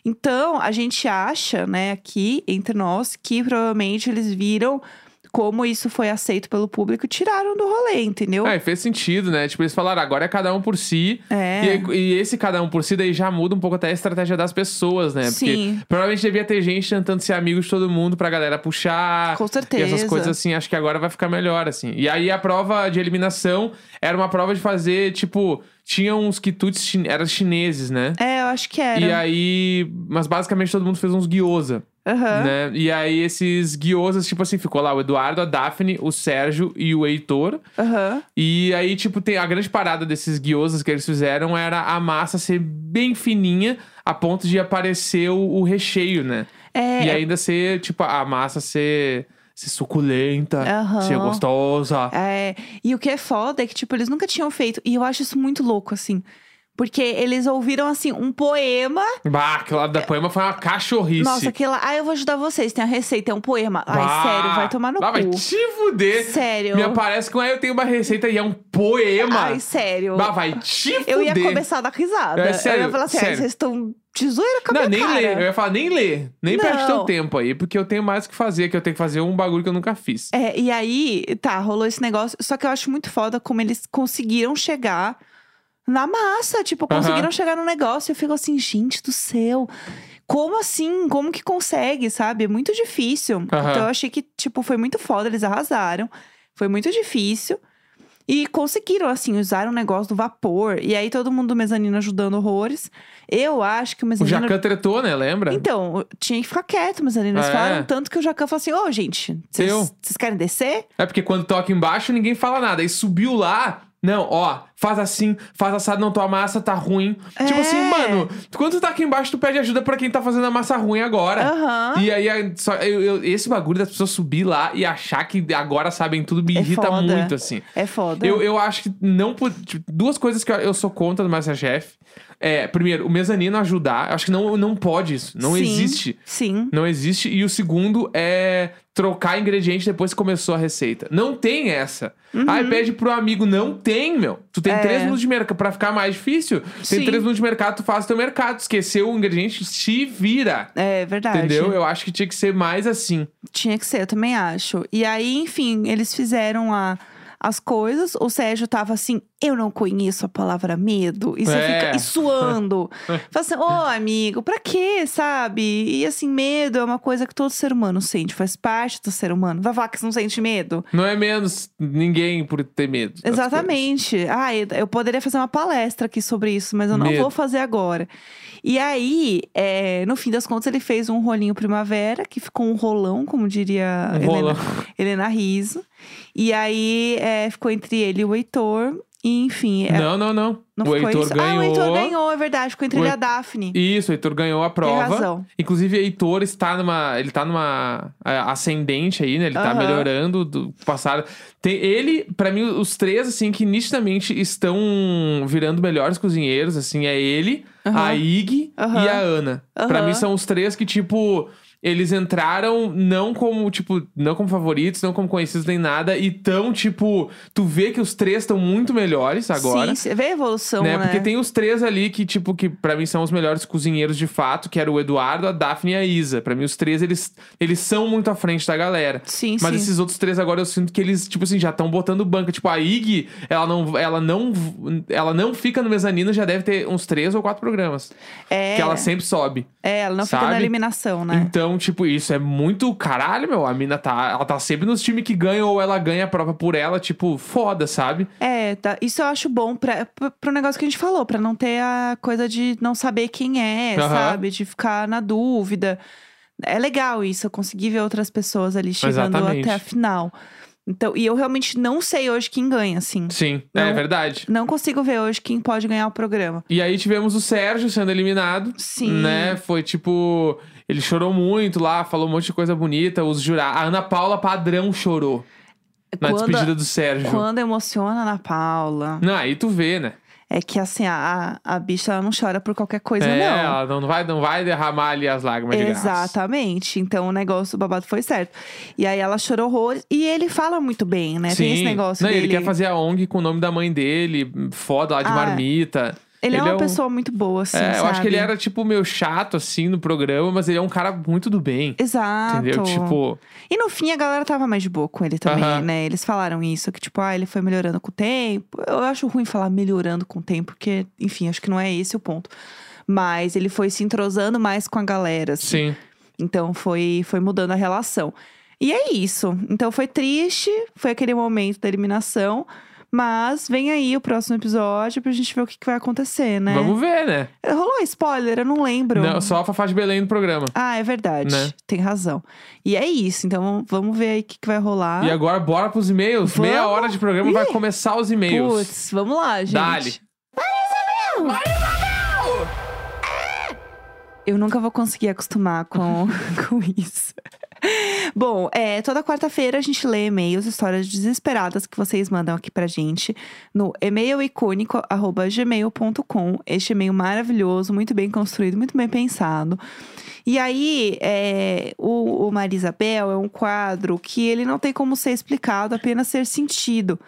Speaker 2: Então, a gente acha, né, aqui entre nós, que provavelmente eles viram como isso foi aceito pelo público e tiraram do rolê, entendeu?
Speaker 1: É, e fez sentido, né? Tipo, eles falaram, agora é cada um por si.
Speaker 2: É.
Speaker 1: E, e esse cada um por si daí já muda um pouco até a estratégia das pessoas, né?
Speaker 2: Sim.
Speaker 1: Porque provavelmente devia ter gente tentando ser amigo de todo mundo pra galera puxar.
Speaker 2: Com
Speaker 1: ah, E
Speaker 2: certeza.
Speaker 1: essas coisas assim, acho que agora vai ficar melhor, assim. E aí a prova de eliminação era uma prova de fazer, tipo, tinha uns quitutes, chin- eram chineses, né?
Speaker 2: É, eu acho que
Speaker 1: E
Speaker 2: era.
Speaker 1: aí, mas basicamente todo mundo fez uns guiosa,
Speaker 2: Aham.
Speaker 1: né? E aí esses guiosas, tipo assim, ficou lá o Eduardo, a Daphne, o Sérgio e o Heitor.
Speaker 2: Aham.
Speaker 1: E aí, tipo, tem a grande parada desses guiosas que eles fizeram era a massa ser bem fininha a ponto de aparecer o, o recheio, né?
Speaker 2: É,
Speaker 1: E ainda ser, tipo, a massa ser, ser suculenta,
Speaker 2: Aham.
Speaker 1: ser gostosa.
Speaker 2: é. E o que é foda é que, tipo, eles nunca tinham feito. E eu acho isso muito louco, assim. Porque eles ouviram, assim, um poema.
Speaker 1: Bah, aquela da poema foi uma cachorrice.
Speaker 2: É. Nossa, aquela. Ah, eu vou ajudar vocês. Tem a receita, é um poema. Ai,
Speaker 1: Bah.
Speaker 2: sério, vai tomar no
Speaker 1: Lá vai
Speaker 2: cu.
Speaker 1: te fuder.
Speaker 2: Sério.
Speaker 1: Me aparece com aí, eu tenho uma receita e é um poema.
Speaker 2: Ai, sério.
Speaker 1: Bah, vai te fuder.
Speaker 2: eu ia começar a dar risada.
Speaker 1: É,
Speaker 2: eu
Speaker 1: sério,
Speaker 2: ia falar assim,
Speaker 1: sério.
Speaker 2: "Ai, vocês estão de zoeira com a
Speaker 1: Não,
Speaker 2: minha
Speaker 1: nem
Speaker 2: cara.
Speaker 1: lê. Eu ia falar, nem lê. Nem perde
Speaker 2: Não.
Speaker 1: teu tempo aí, porque eu tenho mais o que fazer, que eu tenho que fazer um bagulho que eu nunca fiz.
Speaker 2: É, e aí, tá, rolou esse negócio. Só que eu acho muito foda como eles conseguiram chegar na massa. Tipo,
Speaker 1: Aham.
Speaker 2: conseguiram chegar no negócio. Eu fico assim, gente do céu. Como assim? Como que consegue, sabe? É muito difícil. Então eu achei que, tipo, foi muito foda. Eles arrasaram. Foi muito difícil. E conseguiram, assim, usar o negócio do vapor. E aí todo mundo do mezanino ajudando horrores. Eu acho que o
Speaker 1: O
Speaker 2: mezanino
Speaker 1: Jacan tretou, né? Lembra?
Speaker 2: então, tinha que ficar quieto, mas ali eles
Speaker 1: É.
Speaker 2: falaram tanto que o Jacan falou assim: Ô, gente, vocês
Speaker 1: Eu?
Speaker 2: vocês querem descer?
Speaker 1: É porque quando toca embaixo, ninguém fala nada. Aí subiu lá. Não, ó, faz assim, faz assado, não tua massa tá ruim. Tipo
Speaker 2: É.
Speaker 1: assim, mano, quando tu tá aqui embaixo, tu pede ajuda pra quem tá fazendo a massa ruim agora.
Speaker 2: Aham.
Speaker 1: É. E aí, a- só, eu- eu- esse bagulho das pessoas subir lá e achar que agora sabem tudo me
Speaker 2: É
Speaker 1: irrita
Speaker 2: foda.
Speaker 1: muito, assim.
Speaker 2: É foda.
Speaker 1: Eu, eu acho que não. pod- tipo, Duas coisas que eu- eu sou contra do Masterchef. É, primeiro, o mezanino ajudar. Eu Acho que não, não pode isso. Não
Speaker 2: Sim,
Speaker 1: existe.
Speaker 2: Sim.
Speaker 1: Não existe. E o segundo é trocar ingrediente depois que começou a receita. Não tem essa. Aí pede pro amigo, não tem, meu. Tu tem
Speaker 2: Uhum. É.
Speaker 1: três minutos de mercado pra ficar mais difícil. Tem
Speaker 2: Sim.
Speaker 1: três minutos de mercado, tu faz teu mercado. Esqueceu o ingrediente, se vira.
Speaker 2: É verdade.
Speaker 1: Entendeu? Eu acho que tinha que ser mais assim.
Speaker 2: Tinha que ser, eu também acho. E aí, enfim, eles fizeram a, as coisas. O Sérgio tava assim, eu não conheço a palavra medo. E você
Speaker 1: É.
Speaker 2: fica e
Speaker 1: (laughs)
Speaker 2: suando. Fala assim, ô amigo, pra quê, sabe? E assim, medo é uma coisa que todo ser humano sente, faz parte do ser humano. Vai falar que você não sente medo?
Speaker 1: Não é menos ninguém por ter medo. das
Speaker 2: Exatamente. Ah, eu- eu poderia fazer uma palestra aqui sobre isso, mas eu não
Speaker 1: Medo.
Speaker 2: vou fazer agora. E aí, é, no fim das contas, ele fez um rolinho primavera, que ficou um rolão, como diria
Speaker 1: coisas. Um
Speaker 2: Helena-
Speaker 1: rolão.
Speaker 2: Helena Riso. E aí, é, ficou entre ele e o Heitor. E, enfim, é-
Speaker 1: Não, não, não.
Speaker 2: não
Speaker 1: o
Speaker 2: ficou
Speaker 1: Heitor
Speaker 2: isso.
Speaker 1: ganhou.
Speaker 2: Ah, o Heitor ganhou, é verdade. Ficou entre
Speaker 1: O
Speaker 2: ele e a
Speaker 1: Hei-
Speaker 2: Daphne.
Speaker 1: Isso, o Heitor ganhou a
Speaker 2: Tem
Speaker 1: prova.
Speaker 2: razão.
Speaker 1: Inclusive, o Heitor está numa. Ele tá numa é, ascendente aí, né? Ele tá
Speaker 2: Aham.
Speaker 1: melhorando do passado. Tem, ele, pra mim, os três, assim, que nitidamente estão virando melhores cozinheiros, assim, é ele,
Speaker 2: Aham.
Speaker 1: a Ig
Speaker 2: Aham.
Speaker 1: e a Ana. Pra
Speaker 2: Aham.
Speaker 1: mim, são os três que, tipo. Eles entraram não como, tipo, não como favoritos, não como conhecidos nem nada, e tão, tipo, tu vê que os três estão muito melhores agora.
Speaker 2: Sim, você vê a evolução, né?
Speaker 1: né? Porque tem os três ali que, tipo, que pra mim são os melhores cozinheiros de fato, que era o Eduardo, a Daphne e a Isa. Pra mim, os três, eles, eles são muito à frente da galera.
Speaker 2: Sim,
Speaker 1: Mas
Speaker 2: sim.
Speaker 1: esses outros três agora eu sinto que eles, tipo assim, já estão botando banca. Tipo, a Ig, ela não, ela não. Ela não fica no mezanino, já deve ter uns três ou quatro programas.
Speaker 2: é,
Speaker 1: Que ela sempre sobe.
Speaker 2: é, ela não fica
Speaker 1: sabe?
Speaker 2: na eliminação, né?
Speaker 1: Então, tipo, isso é muito caralho, meu. A mina tá. Ela tá sempre nos times que ganha ou ela ganha a prova por ela, tipo, foda, sabe?
Speaker 2: É, tá. isso eu acho bom pra, pra- pro negócio que a gente falou, pra não ter a coisa de não saber quem é,
Speaker 1: Aham.
Speaker 2: sabe? De ficar na dúvida. É legal isso, eu consegui ver outras pessoas ali chegando
Speaker 1: Exatamente.
Speaker 2: até a final. Então, e eu realmente não sei hoje quem ganha, assim.
Speaker 1: Sim, é
Speaker 2: Não.
Speaker 1: verdade.
Speaker 2: Não consigo ver hoje quem pode ganhar o programa.
Speaker 1: E aí tivemos o Sérgio sendo eliminado.
Speaker 2: Sim.
Speaker 1: Né? Foi tipo. Ele chorou muito lá, falou um monte de coisa bonita. Os jurados. A Ana Paula Padrão chorou na
Speaker 2: Quando-
Speaker 1: despedida do Sérgio.
Speaker 2: Quando emociona a Ana Paula,
Speaker 1: Não, aí tu vê, né?
Speaker 2: é que assim, a, a a bicha ela não chora por qualquer coisa,
Speaker 1: é,
Speaker 2: não.
Speaker 1: ela não vai, não vai derramar ali as lágrimas é de graça.
Speaker 2: Exatamente. Então o negócio, o babado foi certo. E aí ela chorou horrores. E ele fala muito bem, né? Tem esse
Speaker 1: Sim.
Speaker 2: negócio
Speaker 1: Não, e
Speaker 2: dele.
Speaker 1: Ele quer fazer a ONG com o nome da mãe dele, foda lá de
Speaker 2: Ah,
Speaker 1: marmita.
Speaker 2: Ele é uma
Speaker 1: um-
Speaker 2: pessoa muito boa, assim,
Speaker 1: é, eu acho que
Speaker 2: sabe?
Speaker 1: ele era, tipo, meio chato, assim, no programa, mas ele é um cara muito do bem.
Speaker 2: Exato.
Speaker 1: Entendeu? Tipo,
Speaker 2: E no fim a galera tava mais de boa com ele também,
Speaker 1: Aham.
Speaker 2: né? Eles falaram isso, que tipo, ah, ele foi melhorando com o tempo. Eu acho ruim falar melhorando com o tempo, porque, enfim, acho que não é esse o ponto. Mas ele foi se entrosando mais com a galera, assim.
Speaker 1: sim.
Speaker 2: Então foi, foi mudando a relação. E é isso. Então foi triste, foi aquele momento da eliminação. Mas vem aí o próximo episódio pra gente ver o que, que vai acontecer, né?
Speaker 1: Vamos ver, né?
Speaker 2: Rolou spoiler, eu não lembro.
Speaker 1: Não, só a Fafá de Belém no programa.
Speaker 2: Ah, é verdade.
Speaker 1: Né?
Speaker 2: Tem razão. E é isso. Então vamos ver aí o que, que vai rolar.
Speaker 1: E agora bora pros e-mails.
Speaker 2: Ah? Vamos?
Speaker 1: Meia hora de programa vai
Speaker 2: Ih.
Speaker 1: começar os e-mails.
Speaker 2: Putz, vamos lá, gente. É!
Speaker 1: Dale.
Speaker 2: Eu nunca vou conseguir acostumar com, (laughs) com isso. Bom, é, toda quarta-feira a gente lê e-mails, histórias desesperadas que vocês mandam aqui pra gente no e-mailicônico.gmail.com. Este e-mail maravilhoso, muito bem construído, muito bem pensado. E aí, é, o, o Marisabel é um quadro que ele não tem como ser explicado, apenas ser sentido.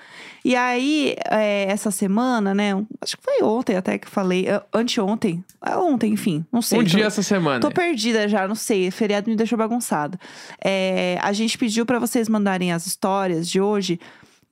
Speaker 2: E aí, é, essa semana, né? Acho que foi ontem até que eu falei, é, anteontem, é ontem, enfim, não sei.
Speaker 1: Um
Speaker 2: tô-
Speaker 1: dia essa semana.
Speaker 2: Tô perdida já, não sei. Feriado me deixou bagunçada. É, a gente pediu pra vocês mandarem as histórias de hoje,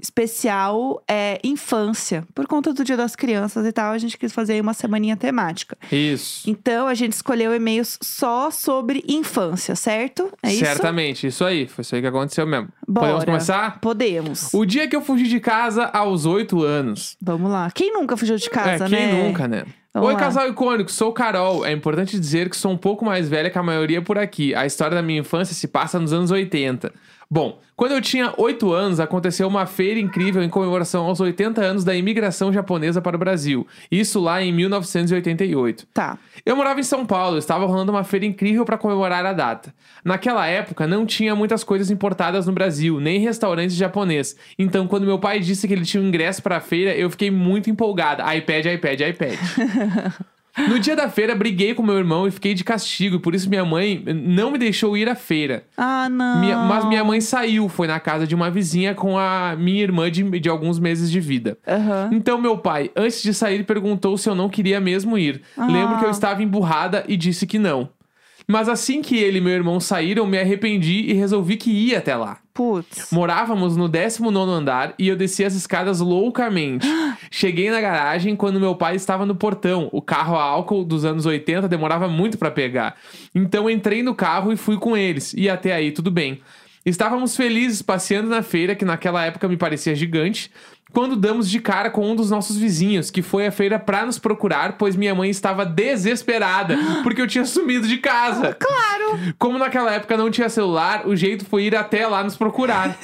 Speaker 2: especial é, infância, por conta do Dia das Crianças e tal. A gente quis fazer aí uma semaninha temática.
Speaker 1: Isso.
Speaker 2: Então a gente escolheu e-mails só sobre infância, certo? É isso?
Speaker 1: Certamente, isso aí. Foi isso aí que aconteceu mesmo.
Speaker 2: Bora.
Speaker 1: Podemos começar?
Speaker 2: Podemos.
Speaker 1: O dia que eu fugi de casa aos oito anos.
Speaker 2: Vamos lá. Quem nunca fugiu de casa,
Speaker 1: é, quem
Speaker 2: né?
Speaker 1: nunca, né?
Speaker 2: Vamos
Speaker 1: Oi,
Speaker 2: lá.
Speaker 1: casal icônico, sou Carol. É importante dizer que sou um pouco mais velha que a maioria por aqui. A história da minha infância se passa nos anos 80. Bom, quando eu tinha 8 anos, aconteceu uma feira incrível em comemoração aos 80 anos da imigração japonesa para o Brasil. Isso lá em 1988.
Speaker 2: Tá.
Speaker 1: Eu morava em São Paulo, estava rolando uma feira incrível para comemorar a data. Naquela época não tinha muitas coisas importadas no Brasil, nem restaurantes japonês. Então, quando meu pai disse que ele tinha um ingresso para a feira, eu fiquei muito empolgada. iPad, iPad, iPad. No dia da feira, briguei com meu irmão e fiquei de castigo, e por isso minha mãe eh, não me deixou ir à feira.
Speaker 2: Ah, não.
Speaker 1: Minha- mas minha mãe saiu, foi na casa de uma vizinha com a minha irmã de- de alguns meses de vida.
Speaker 2: Aham.
Speaker 1: Então, meu pai, antes de sair, perguntou se eu não queria mesmo ir.
Speaker 2: Ah.
Speaker 1: Lembro que eu estava emburrada e disse que não. Mas assim que ele e meu irmão saíram, me arrependi e resolvi que ia até lá.
Speaker 2: Putz.
Speaker 1: Morávamos no 19 andar e eu desci as escadas loucamente. Cheguei na garagem quando meu pai estava no portão. O carro a álcool dos anos 80 demorava muito para pegar. Então entrei no carro e fui com eles. E até aí tudo bem. Estávamos felizes passeando na feira, que naquela época me parecia gigante, quando damos de cara com um dos nossos vizinhos, que foi à feira pra nos procurar, pois minha mãe estava desesperada, porque eu tinha sumido de casa.
Speaker 2: Claro.
Speaker 1: Como naquela época não tinha celular, o jeito foi ir até lá
Speaker 2: (laughs)
Speaker 1: nos procurar.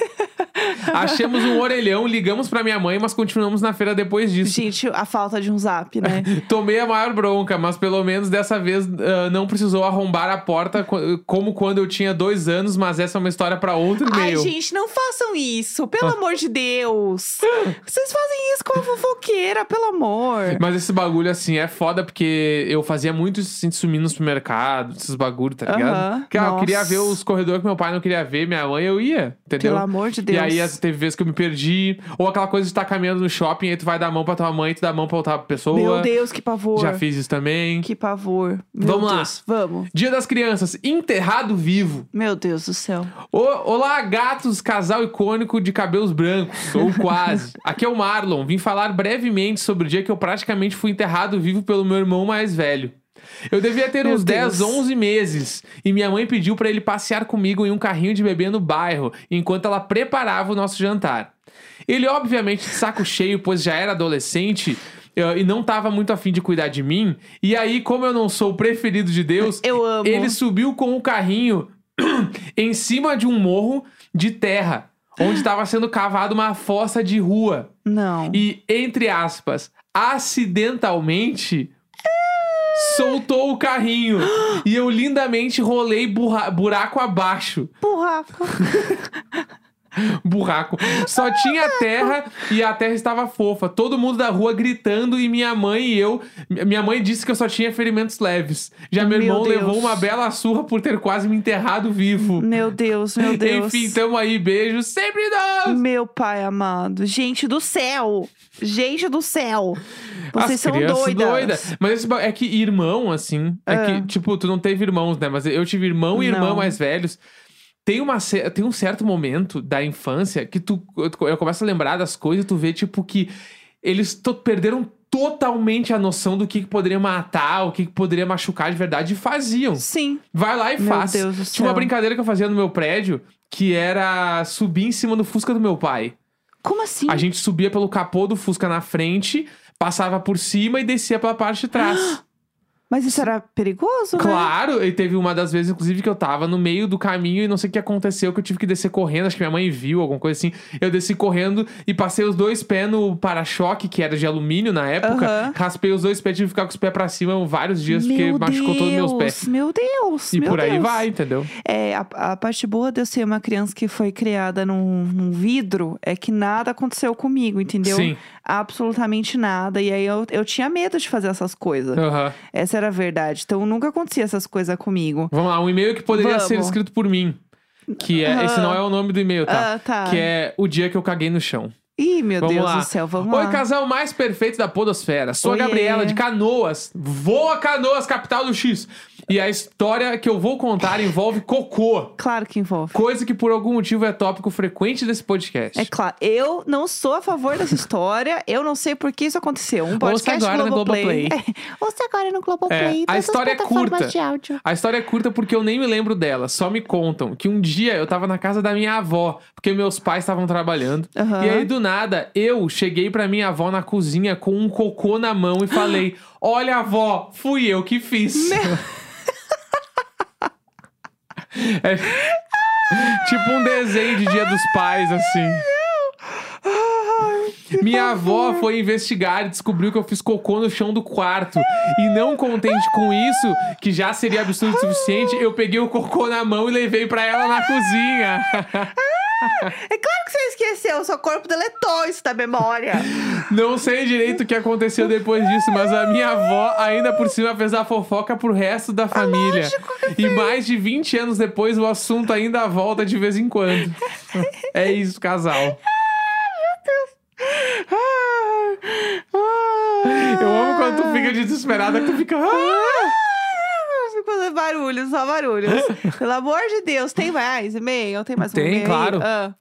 Speaker 1: Achamos um orelhão, ligamos pra minha mãe, mas continuamos na feira depois disso.
Speaker 2: Gente, a falta de um zap,
Speaker 1: (laughs)
Speaker 2: né?
Speaker 1: Tomei a maior bronca, mas pelo menos dessa vez ah, não precisou arrombar a porta, co- como quando eu tinha dois anos, mas essa é uma história pra outro
Speaker 2: Ai,
Speaker 1: e-mail.
Speaker 2: gente, não façam isso,
Speaker 1: Ah.
Speaker 2: pelo amor de Deus. Vocês fazem isso com a fofoqueira, pelo amor.
Speaker 1: Mas esse bagulho, assim, é foda porque eu fazia muito isso assim, de sumir no supermercado, esses bagulho, tá ligado?
Speaker 2: Aham,
Speaker 1: Que, ah, eu queria
Speaker 2: nossa.
Speaker 1: ver os corredores que meu pai não queria ver, minha mãe, eu ia, entendeu?
Speaker 2: Pelo amor de Deus.
Speaker 1: E aí as- teve vezes que eu me perdi. Ou aquela coisa de estar caminhando no shopping, aí tu vai dar a mão pra tua mãe, tu dá a mão pra outra pessoa.
Speaker 2: Meu Deus, que pavor.
Speaker 1: Já fiz isso também.
Speaker 2: Que pavor. Meu
Speaker 1: Vamos lá.
Speaker 2: Deus, Vamos.
Speaker 1: Dia das Crianças, enterrado vivo.
Speaker 2: Meu Deus do céu.
Speaker 1: O- olá, gatos, casal icônico de cabelos brancos, ou quase. Aqui é o Marlon. Vim falar brevemente sobre o dia que eu praticamente fui enterrado vivo pelo meu irmão mais velho. Eu devia ter
Speaker 2: Meu
Speaker 1: uns 10,
Speaker 2: Deus.
Speaker 1: 11 meses e minha mãe pediu pra ele passear comigo em um carrinho de bebê no bairro, enquanto ela preparava o nosso jantar. Ele, obviamente, de saco cheio, pois já era adolescente eh, e não tava muito afim de cuidar de mim. E aí, como eu não sou o preferido de Deus,
Speaker 2: Eu amo.
Speaker 1: ele subiu com o carrinho (clears throat) em cima de um morro de terra, onde estava sendo cavada uma fossa de rua.
Speaker 2: Não.
Speaker 1: E, entre aspas,
Speaker 2: (gasps)
Speaker 1: acidentalmente. Soltou o carrinho e eu lindamente rolei burra- buraco abaixo. (laughs)
Speaker 2: Burraco.
Speaker 1: Buraco. Só tinha terra e a terra estava fofa. Todo mundo da rua gritando e minha mãe e eu. mi- Minha mãe disse que eu só tinha ferimentos leves. Já meu,
Speaker 2: Meu
Speaker 1: irmão
Speaker 2: Deus.
Speaker 1: levou uma bela surra por ter quase me enterrado vivo.
Speaker 2: Meu Deus, meu Deus.
Speaker 1: (laughs) Enfim, então- tamo aí, beijo, sempre nós!
Speaker 2: Meu pai amado. Gente do céu. Gente do céu. Vocês
Speaker 1: As
Speaker 2: são
Speaker 1: crianças
Speaker 2: doidas.
Speaker 1: Mas esse ba- é que irmão, assim, é
Speaker 2: Ah.
Speaker 1: que, tipo, tu não teve irmãos, né? Mas eu tive irmão e irmã
Speaker 2: Não.
Speaker 1: mais velhos. Tem, uma, ce- tem um certo momento da infância que tu eu começo a lembrar das coisas e tu vê, tipo, que eles to- perderam totalmente a noção do que, que poderia matar, o que, que poderia machucar de verdade, e faziam.
Speaker 2: Sim.
Speaker 1: Vai lá e
Speaker 2: Meu
Speaker 1: faz.
Speaker 2: Deus do
Speaker 1: É Tinha uma
Speaker 2: céu.
Speaker 1: brincadeira que eu fazia no meu prédio que era subir em cima do Fusca do meu pai.
Speaker 2: Como assim?
Speaker 1: A gente subia pelo capô do Fusca na frente, passava por cima e descia pela parte de
Speaker 2: (gasps)
Speaker 1: trás.
Speaker 2: Mas isso era perigoso, né?
Speaker 1: claro, e teve uma das vezes, inclusive, que eu tava no meio do caminho e não sei o que aconteceu, que eu tive que descer correndo, acho que minha mãe viu, alguma coisa assim. Eu desci correndo e passei os dois pés no para-choque, que era de alumínio na época.
Speaker 2: Aham.
Speaker 1: Raspei os dois pés, tive que ficar com os pés pra cima vários dias,
Speaker 2: meu
Speaker 1: porque
Speaker 2: Deus,
Speaker 1: machucou todos os meus pés.
Speaker 2: Meu Deus.
Speaker 1: E
Speaker 2: meu
Speaker 1: por aí
Speaker 2: Deus.
Speaker 1: vai, entendeu?
Speaker 2: É, a, a parte boa de eu ser uma criança que foi criada num, num vidro é que nada aconteceu comigo, entendeu?
Speaker 1: Sim.
Speaker 2: Absolutamente nada. E aí eu, eu tinha medo de fazer essas coisas.
Speaker 1: Aham.
Speaker 2: Essa era a verdade. Então nunca acontecia essas coisas comigo.
Speaker 1: Vamos lá, um e-mail que poderia
Speaker 2: Vamos.
Speaker 1: ser escrito por mim. Que é. Esse não é o nome do e-mail, tá?
Speaker 2: Ah, tá.
Speaker 1: Que é o dia que eu caguei no chão.
Speaker 2: Ih, meu
Speaker 1: Vamos
Speaker 2: Deus
Speaker 1: lá.
Speaker 2: do céu, vamos
Speaker 1: Oi,
Speaker 2: lá.
Speaker 1: casal mais perfeito da Podosfera. Sou
Speaker 2: Oiê.
Speaker 1: a Gabriela de Canoas. Vou a Canoas, capital do X. E a história que eu vou contar envolve cocô.
Speaker 2: Claro que envolve.
Speaker 1: Coisa que por algum motivo é tópico frequente desse podcast.
Speaker 2: É claro, eu não sou a favor dessa história, eu não sei por que isso aconteceu. Um podcast
Speaker 1: agora no
Speaker 2: Globoplay.
Speaker 1: Globoplay.
Speaker 2: É, (laughs) Ouça agora no Globoplay.
Speaker 1: É, a
Speaker 2: todas as
Speaker 1: história é
Speaker 2: plataformas
Speaker 1: curta.
Speaker 2: de áudio.
Speaker 1: A história é curta porque eu nem me lembro dela. Só me contam que um dia eu tava na casa da minha avó, porque meus pais estavam trabalhando.
Speaker 2: Aham.
Speaker 1: E aí, do nada, eu cheguei pra minha avó na cozinha com um cocô na mão e falei: Olha, avó, fui eu que fiz. (laughs) É tipo um desenho de Dia dos Pais, assim. Minha avó foi investigar e descobriu que eu fiz cocô no chão do quarto. E não contente com isso, que já seria absurdo o suficiente, eu peguei o cocô na mão e levei pra ela na cozinha.
Speaker 2: É claro que você esqueceu, seu corpo deletou isso da
Speaker 1: (laughs)
Speaker 2: memória.
Speaker 1: Não sei direito o que aconteceu depois disso, mas a minha avó ainda por cima fez a fofoca pro resto da família. E mais de 20 anos depois o assunto ainda volta de vez em quando. É isso, casal. Eu amo quando tu fica desesperada que tu fica. "Ah!"
Speaker 2: Eu fico barulhos, só barulhos. Pelo amor de Deus, tem mais e-mail? Tem mais um
Speaker 1: Tem,
Speaker 2: e-mail?
Speaker 1: claro.
Speaker 2: Ah.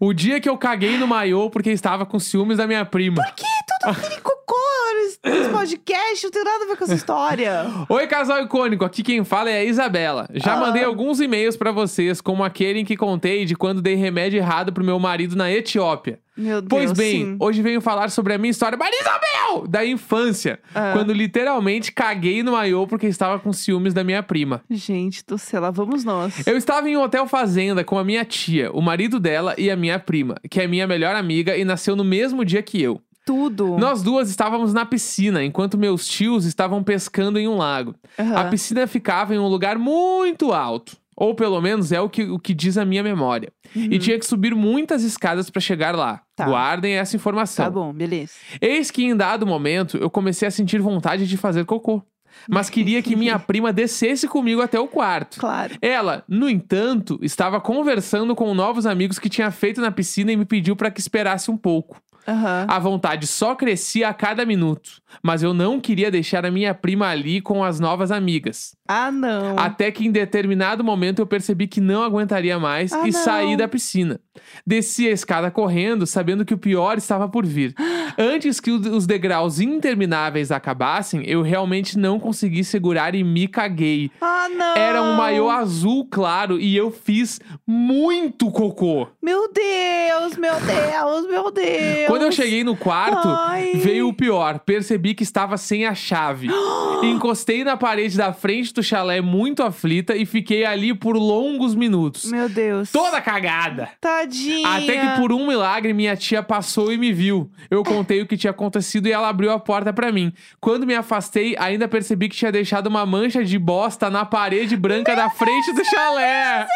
Speaker 1: O dia que eu caguei no maiô porque estava com ciúmes da minha prima.
Speaker 2: Que
Speaker 1: Ah.
Speaker 2: tudo piricocô nesse- nesse podcast, não tem nada a ver com essa história.
Speaker 1: Oi, casal icônico, aqui quem fala é a Isabela. Já
Speaker 2: Ah.
Speaker 1: mandei alguns e-mails pra vocês, como aquele em que contei de quando dei remédio errado pro meu marido na Etiópia.
Speaker 2: Meu Deus,
Speaker 1: Pois bem,
Speaker 2: sim.
Speaker 1: hoje venho falar sobre a minha história, Maria Isabel, da infância,
Speaker 2: Ah.
Speaker 1: quando literalmente caguei no maiô porque estava com ciúmes da minha prima.
Speaker 2: Gente do céu, lá vamos nós.
Speaker 1: Eu estava em um hotel fazenda com a minha tia, o marido dela e a minha prima, que é minha melhor amiga e nasceu no mesmo dia que eu.
Speaker 2: Tudo.
Speaker 1: Nós duas estávamos na piscina, enquanto meus tios estavam pescando em um lago.
Speaker 2: Aham.
Speaker 1: A piscina ficava em um lugar muito alto. Ou pelo menos é o que, o que diz a minha memória. E tinha que subir muitas escadas para chegar lá.
Speaker 2: Uhum. Tá.
Speaker 1: Guardem essa informação.
Speaker 2: Tá bom, beleza.
Speaker 1: Eis que em dado momento eu comecei a sentir vontade de fazer cocô. Mas queria que minha prima descesse comigo até o quarto.
Speaker 2: Claro.
Speaker 1: Ela, no entanto, estava conversando com novos amigos que tinha feito na piscina e me pediu para que esperasse um pouco.
Speaker 2: Aham.
Speaker 1: A vontade só crescia a cada minuto, mas eu não queria deixar a minha prima ali com as novas amigas.
Speaker 2: Ah, não.
Speaker 1: Até que em determinado momento eu percebi que não aguentaria mais
Speaker 2: Ah,
Speaker 1: e
Speaker 2: não.
Speaker 1: saí da piscina. Desci a escada correndo, sabendo que o pior estava
Speaker 2: (gasps)
Speaker 1: por vir. Antes que o- os degraus intermináveis acabassem, eu realmente não consegui segurar e me caguei.
Speaker 2: Ah, não.
Speaker 1: Era um maiô azul claro e eu fiz muito cocô.
Speaker 2: Meu Deus,
Speaker 1: (laughs)
Speaker 2: meu Deus, meu Deus.
Speaker 1: Quando eu cheguei no quarto,
Speaker 2: Ai.
Speaker 1: veio o pior. Percebi que estava sem
Speaker 2: (gasps)
Speaker 1: a chave. Encostei na parede da frente do chalé muito aflita e fiquei ali por longos minutos.
Speaker 2: Meu Deus.
Speaker 1: Toda cagada.
Speaker 2: Tadinha.
Speaker 1: Até que por um milagre minha tia passou e me viu. Eu contei o que tinha acontecido e ela abriu a porta pra mim. Quando me afastei, ainda percebi que tinha deixado uma mancha de bosta na parede branca da frente do chalé.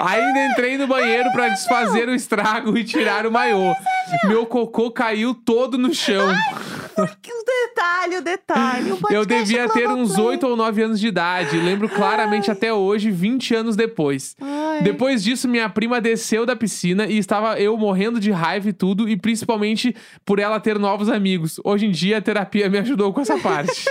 Speaker 1: Ainda entrei no banheiro pra desfazer o estrago e tirar o maiô. Meu cocô caiu todo no chão.
Speaker 2: Que o detalhe, o detalhe. O
Speaker 1: Eu
Speaker 2: podcast
Speaker 1: devia
Speaker 2: é
Speaker 1: ter uns
Speaker 2: Globoplay.
Speaker 1: 8 ou 9 anos de idade. Lembro claramente até hoje, 20 anos depois.
Speaker 2: Ai.
Speaker 1: Depois disso, minha prima desceu da piscina e estava eu morrendo de raiva e tudo, e principalmente por ela ter novos amigos. Hoje em dia, a terapia me ajudou com
Speaker 2: (laughs)
Speaker 1: essa parte.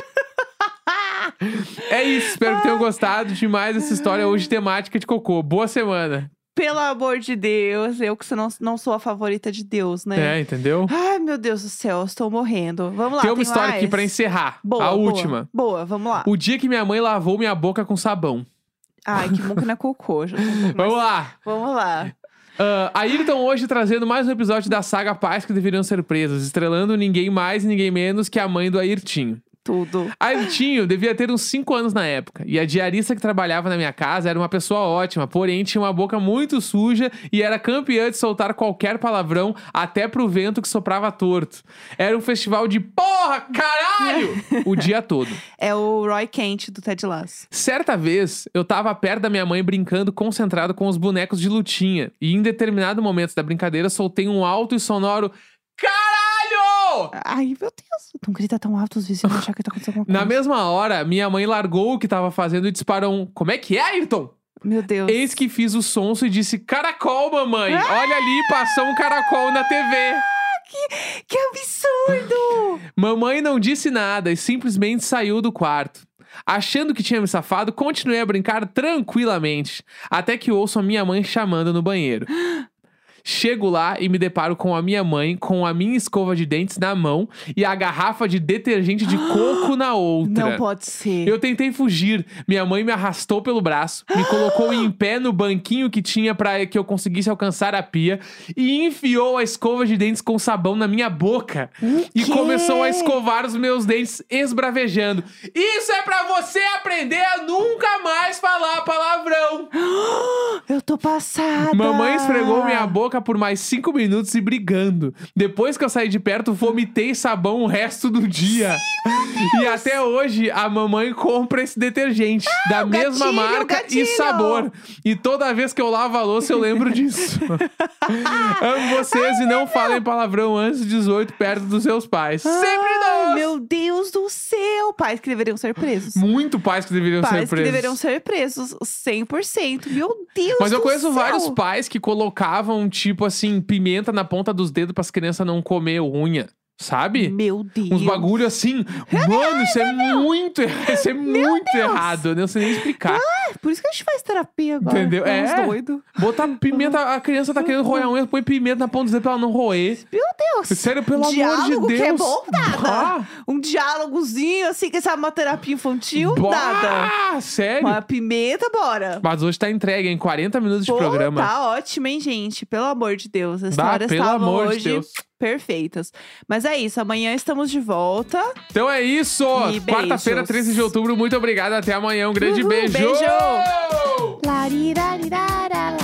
Speaker 1: é isso, espero que tenham gostado demais dessa história hoje temática de cocô. Boa semana.
Speaker 2: Pelo amor de Deus, eu que se não, não sou a favorita de Deus, né?
Speaker 1: É, entendeu?
Speaker 2: Ai, meu Deus do céu, estou morrendo. Vamos lá,
Speaker 1: Tem
Speaker 2: tem
Speaker 1: uma história
Speaker 2: mais?
Speaker 1: aqui pra encerrar.
Speaker 2: Boa,
Speaker 1: a
Speaker 2: boa,
Speaker 1: última.
Speaker 2: Boa, vamos lá.
Speaker 1: O dia que minha mãe lavou minha boca com sabão.
Speaker 2: Ai, que bom que não é cocô. já tô um pouco mais-
Speaker 1: Vamos lá.
Speaker 2: Vamos
Speaker 1: (laughs)
Speaker 2: lá.
Speaker 1: Ah, Ayrton hoje trazendo mais um episódio da saga Pais que Deveriam Ser Presos, estrelando ninguém mais e ninguém menos que a mãe do Ayrtinho.
Speaker 2: Tudo.
Speaker 1: Ah, Ayrtinho devia ter uns 5 anos na época, e a diarista que trabalhava na minha casa era uma pessoa ótima, porém tinha uma boca muito suja e era campeã de soltar qualquer palavrão, até pro vento que soprava torto. Era um festival de porra, caralho! o dia todo.
Speaker 2: É o Roy Kent do Ted Lasso.
Speaker 1: Certa vez, eu tava perto da minha mãe brincando concentrado com os bonecos de lutinha. E em determinado momento da brincadeira, soltei um alto e sonoro Caralho!
Speaker 2: Ai, meu Deus. Não grita tão alto, os vizinhos vão achar que tá acontecendo alguma coisa.
Speaker 1: (laughs) Na mesma hora, minha mãe largou o que tava fazendo e disparou um Como é que é, Ayrton?
Speaker 2: Meu Deus.
Speaker 1: Eis que fiz o sonso e disse Caracol, mamãe! Olha ali, passou um caracol na TV!
Speaker 2: Que absurdo!
Speaker 1: Mamãe não disse nada e simplesmente saiu do quarto. Achando que tinha me safado, continuei a brincar tranquilamente, até que ouço a minha mãe chamando no banheiro. Chego lá e me deparo com a minha mãe, com a minha escova de dentes na mão e a garrafa de detergente de coco na outra.
Speaker 2: Não pode ser.
Speaker 1: Eu tentei fugir. Minha mãe me arrastou pelo braço, me colocou em pé no banquinho que tinha para que eu conseguisse alcançar a pia e enfiou a escova de dentes com sabão na minha boca e
Speaker 2: quê?
Speaker 1: começou a escovar os meus dentes esbravejando. Isso é para você aprender a nunca mais falar palavrão.
Speaker 2: Eu tô passada.
Speaker 1: Mamãe esfregou minha boca por mais cinco minutos e brigando. Depois que eu saí de perto, vomitei sabão o resto do dia. e até hoje a mamãe compra esse detergente da
Speaker 2: gatilho,
Speaker 1: mesma
Speaker 2: Ah, o
Speaker 1: marca e
Speaker 2: gatilho.
Speaker 1: sabor. E toda vez que eu lavo a louça, eu lembro
Speaker 2: (laughs)
Speaker 1: disso. Amo vocês e não falem palavrão antes dos 18 perto dos seus pais. Sempre
Speaker 2: Ai,
Speaker 1: nós!
Speaker 2: Meu Deus do céu! Pais que deveriam ser presos.
Speaker 1: Muito pais que deveriam ser
Speaker 2: Pais que
Speaker 1: presos.
Speaker 2: deveriam ser presos, 100%. Meu Deus
Speaker 1: Mas eu
Speaker 2: do
Speaker 1: conheço
Speaker 2: céu.
Speaker 1: vários pais que colocavam, tipo assim, pimenta na ponta dos dedos para as crianças não comer unha. Sabe?
Speaker 2: Meu Deus.
Speaker 1: Uns bagulho assim. Mano, isso é muito, (laughs) erra- isso é muito errado. Eu não sei nem explicar.
Speaker 2: É, por isso que a gente faz terapia agora.
Speaker 1: Entendeu?
Speaker 2: É.
Speaker 1: É.
Speaker 2: Uns doido.
Speaker 1: Botar pimenta, a criança tá querendo roer a unha, põe pimenta na ponta do dedo pra ela não roer.
Speaker 2: Meu Deus.
Speaker 1: Sério, pelo
Speaker 2: Diálogo
Speaker 1: amor de Deus.
Speaker 2: que é bom, nada.
Speaker 1: Bah!
Speaker 2: Um diálogozinho, assim, que sabe uma terapia infantil,
Speaker 1: Bah!
Speaker 2: nada.
Speaker 1: Sério?
Speaker 2: Uma pimenta, bora.
Speaker 1: Mas hoje tá entregue, hein? 40 minutos de
Speaker 2: Pô,
Speaker 1: programa.
Speaker 2: Tá ótimo, hein, gente? Pelo amor de Deus. As
Speaker 1: Bah,
Speaker 2: histórias
Speaker 1: pelo
Speaker 2: estavam
Speaker 1: amor de
Speaker 2: hoje
Speaker 1: Deus.
Speaker 2: perfeitas. Mas é isso, amanhã estamos de volta.
Speaker 1: Então é isso.
Speaker 2: E
Speaker 1: Quarta-feira,
Speaker 2: beijos.
Speaker 1: 13 de outubro. Muito obrigado. Até amanhã. Um grande
Speaker 2: Uhul,
Speaker 1: beijo.
Speaker 2: beijo.
Speaker 3: La di da di da da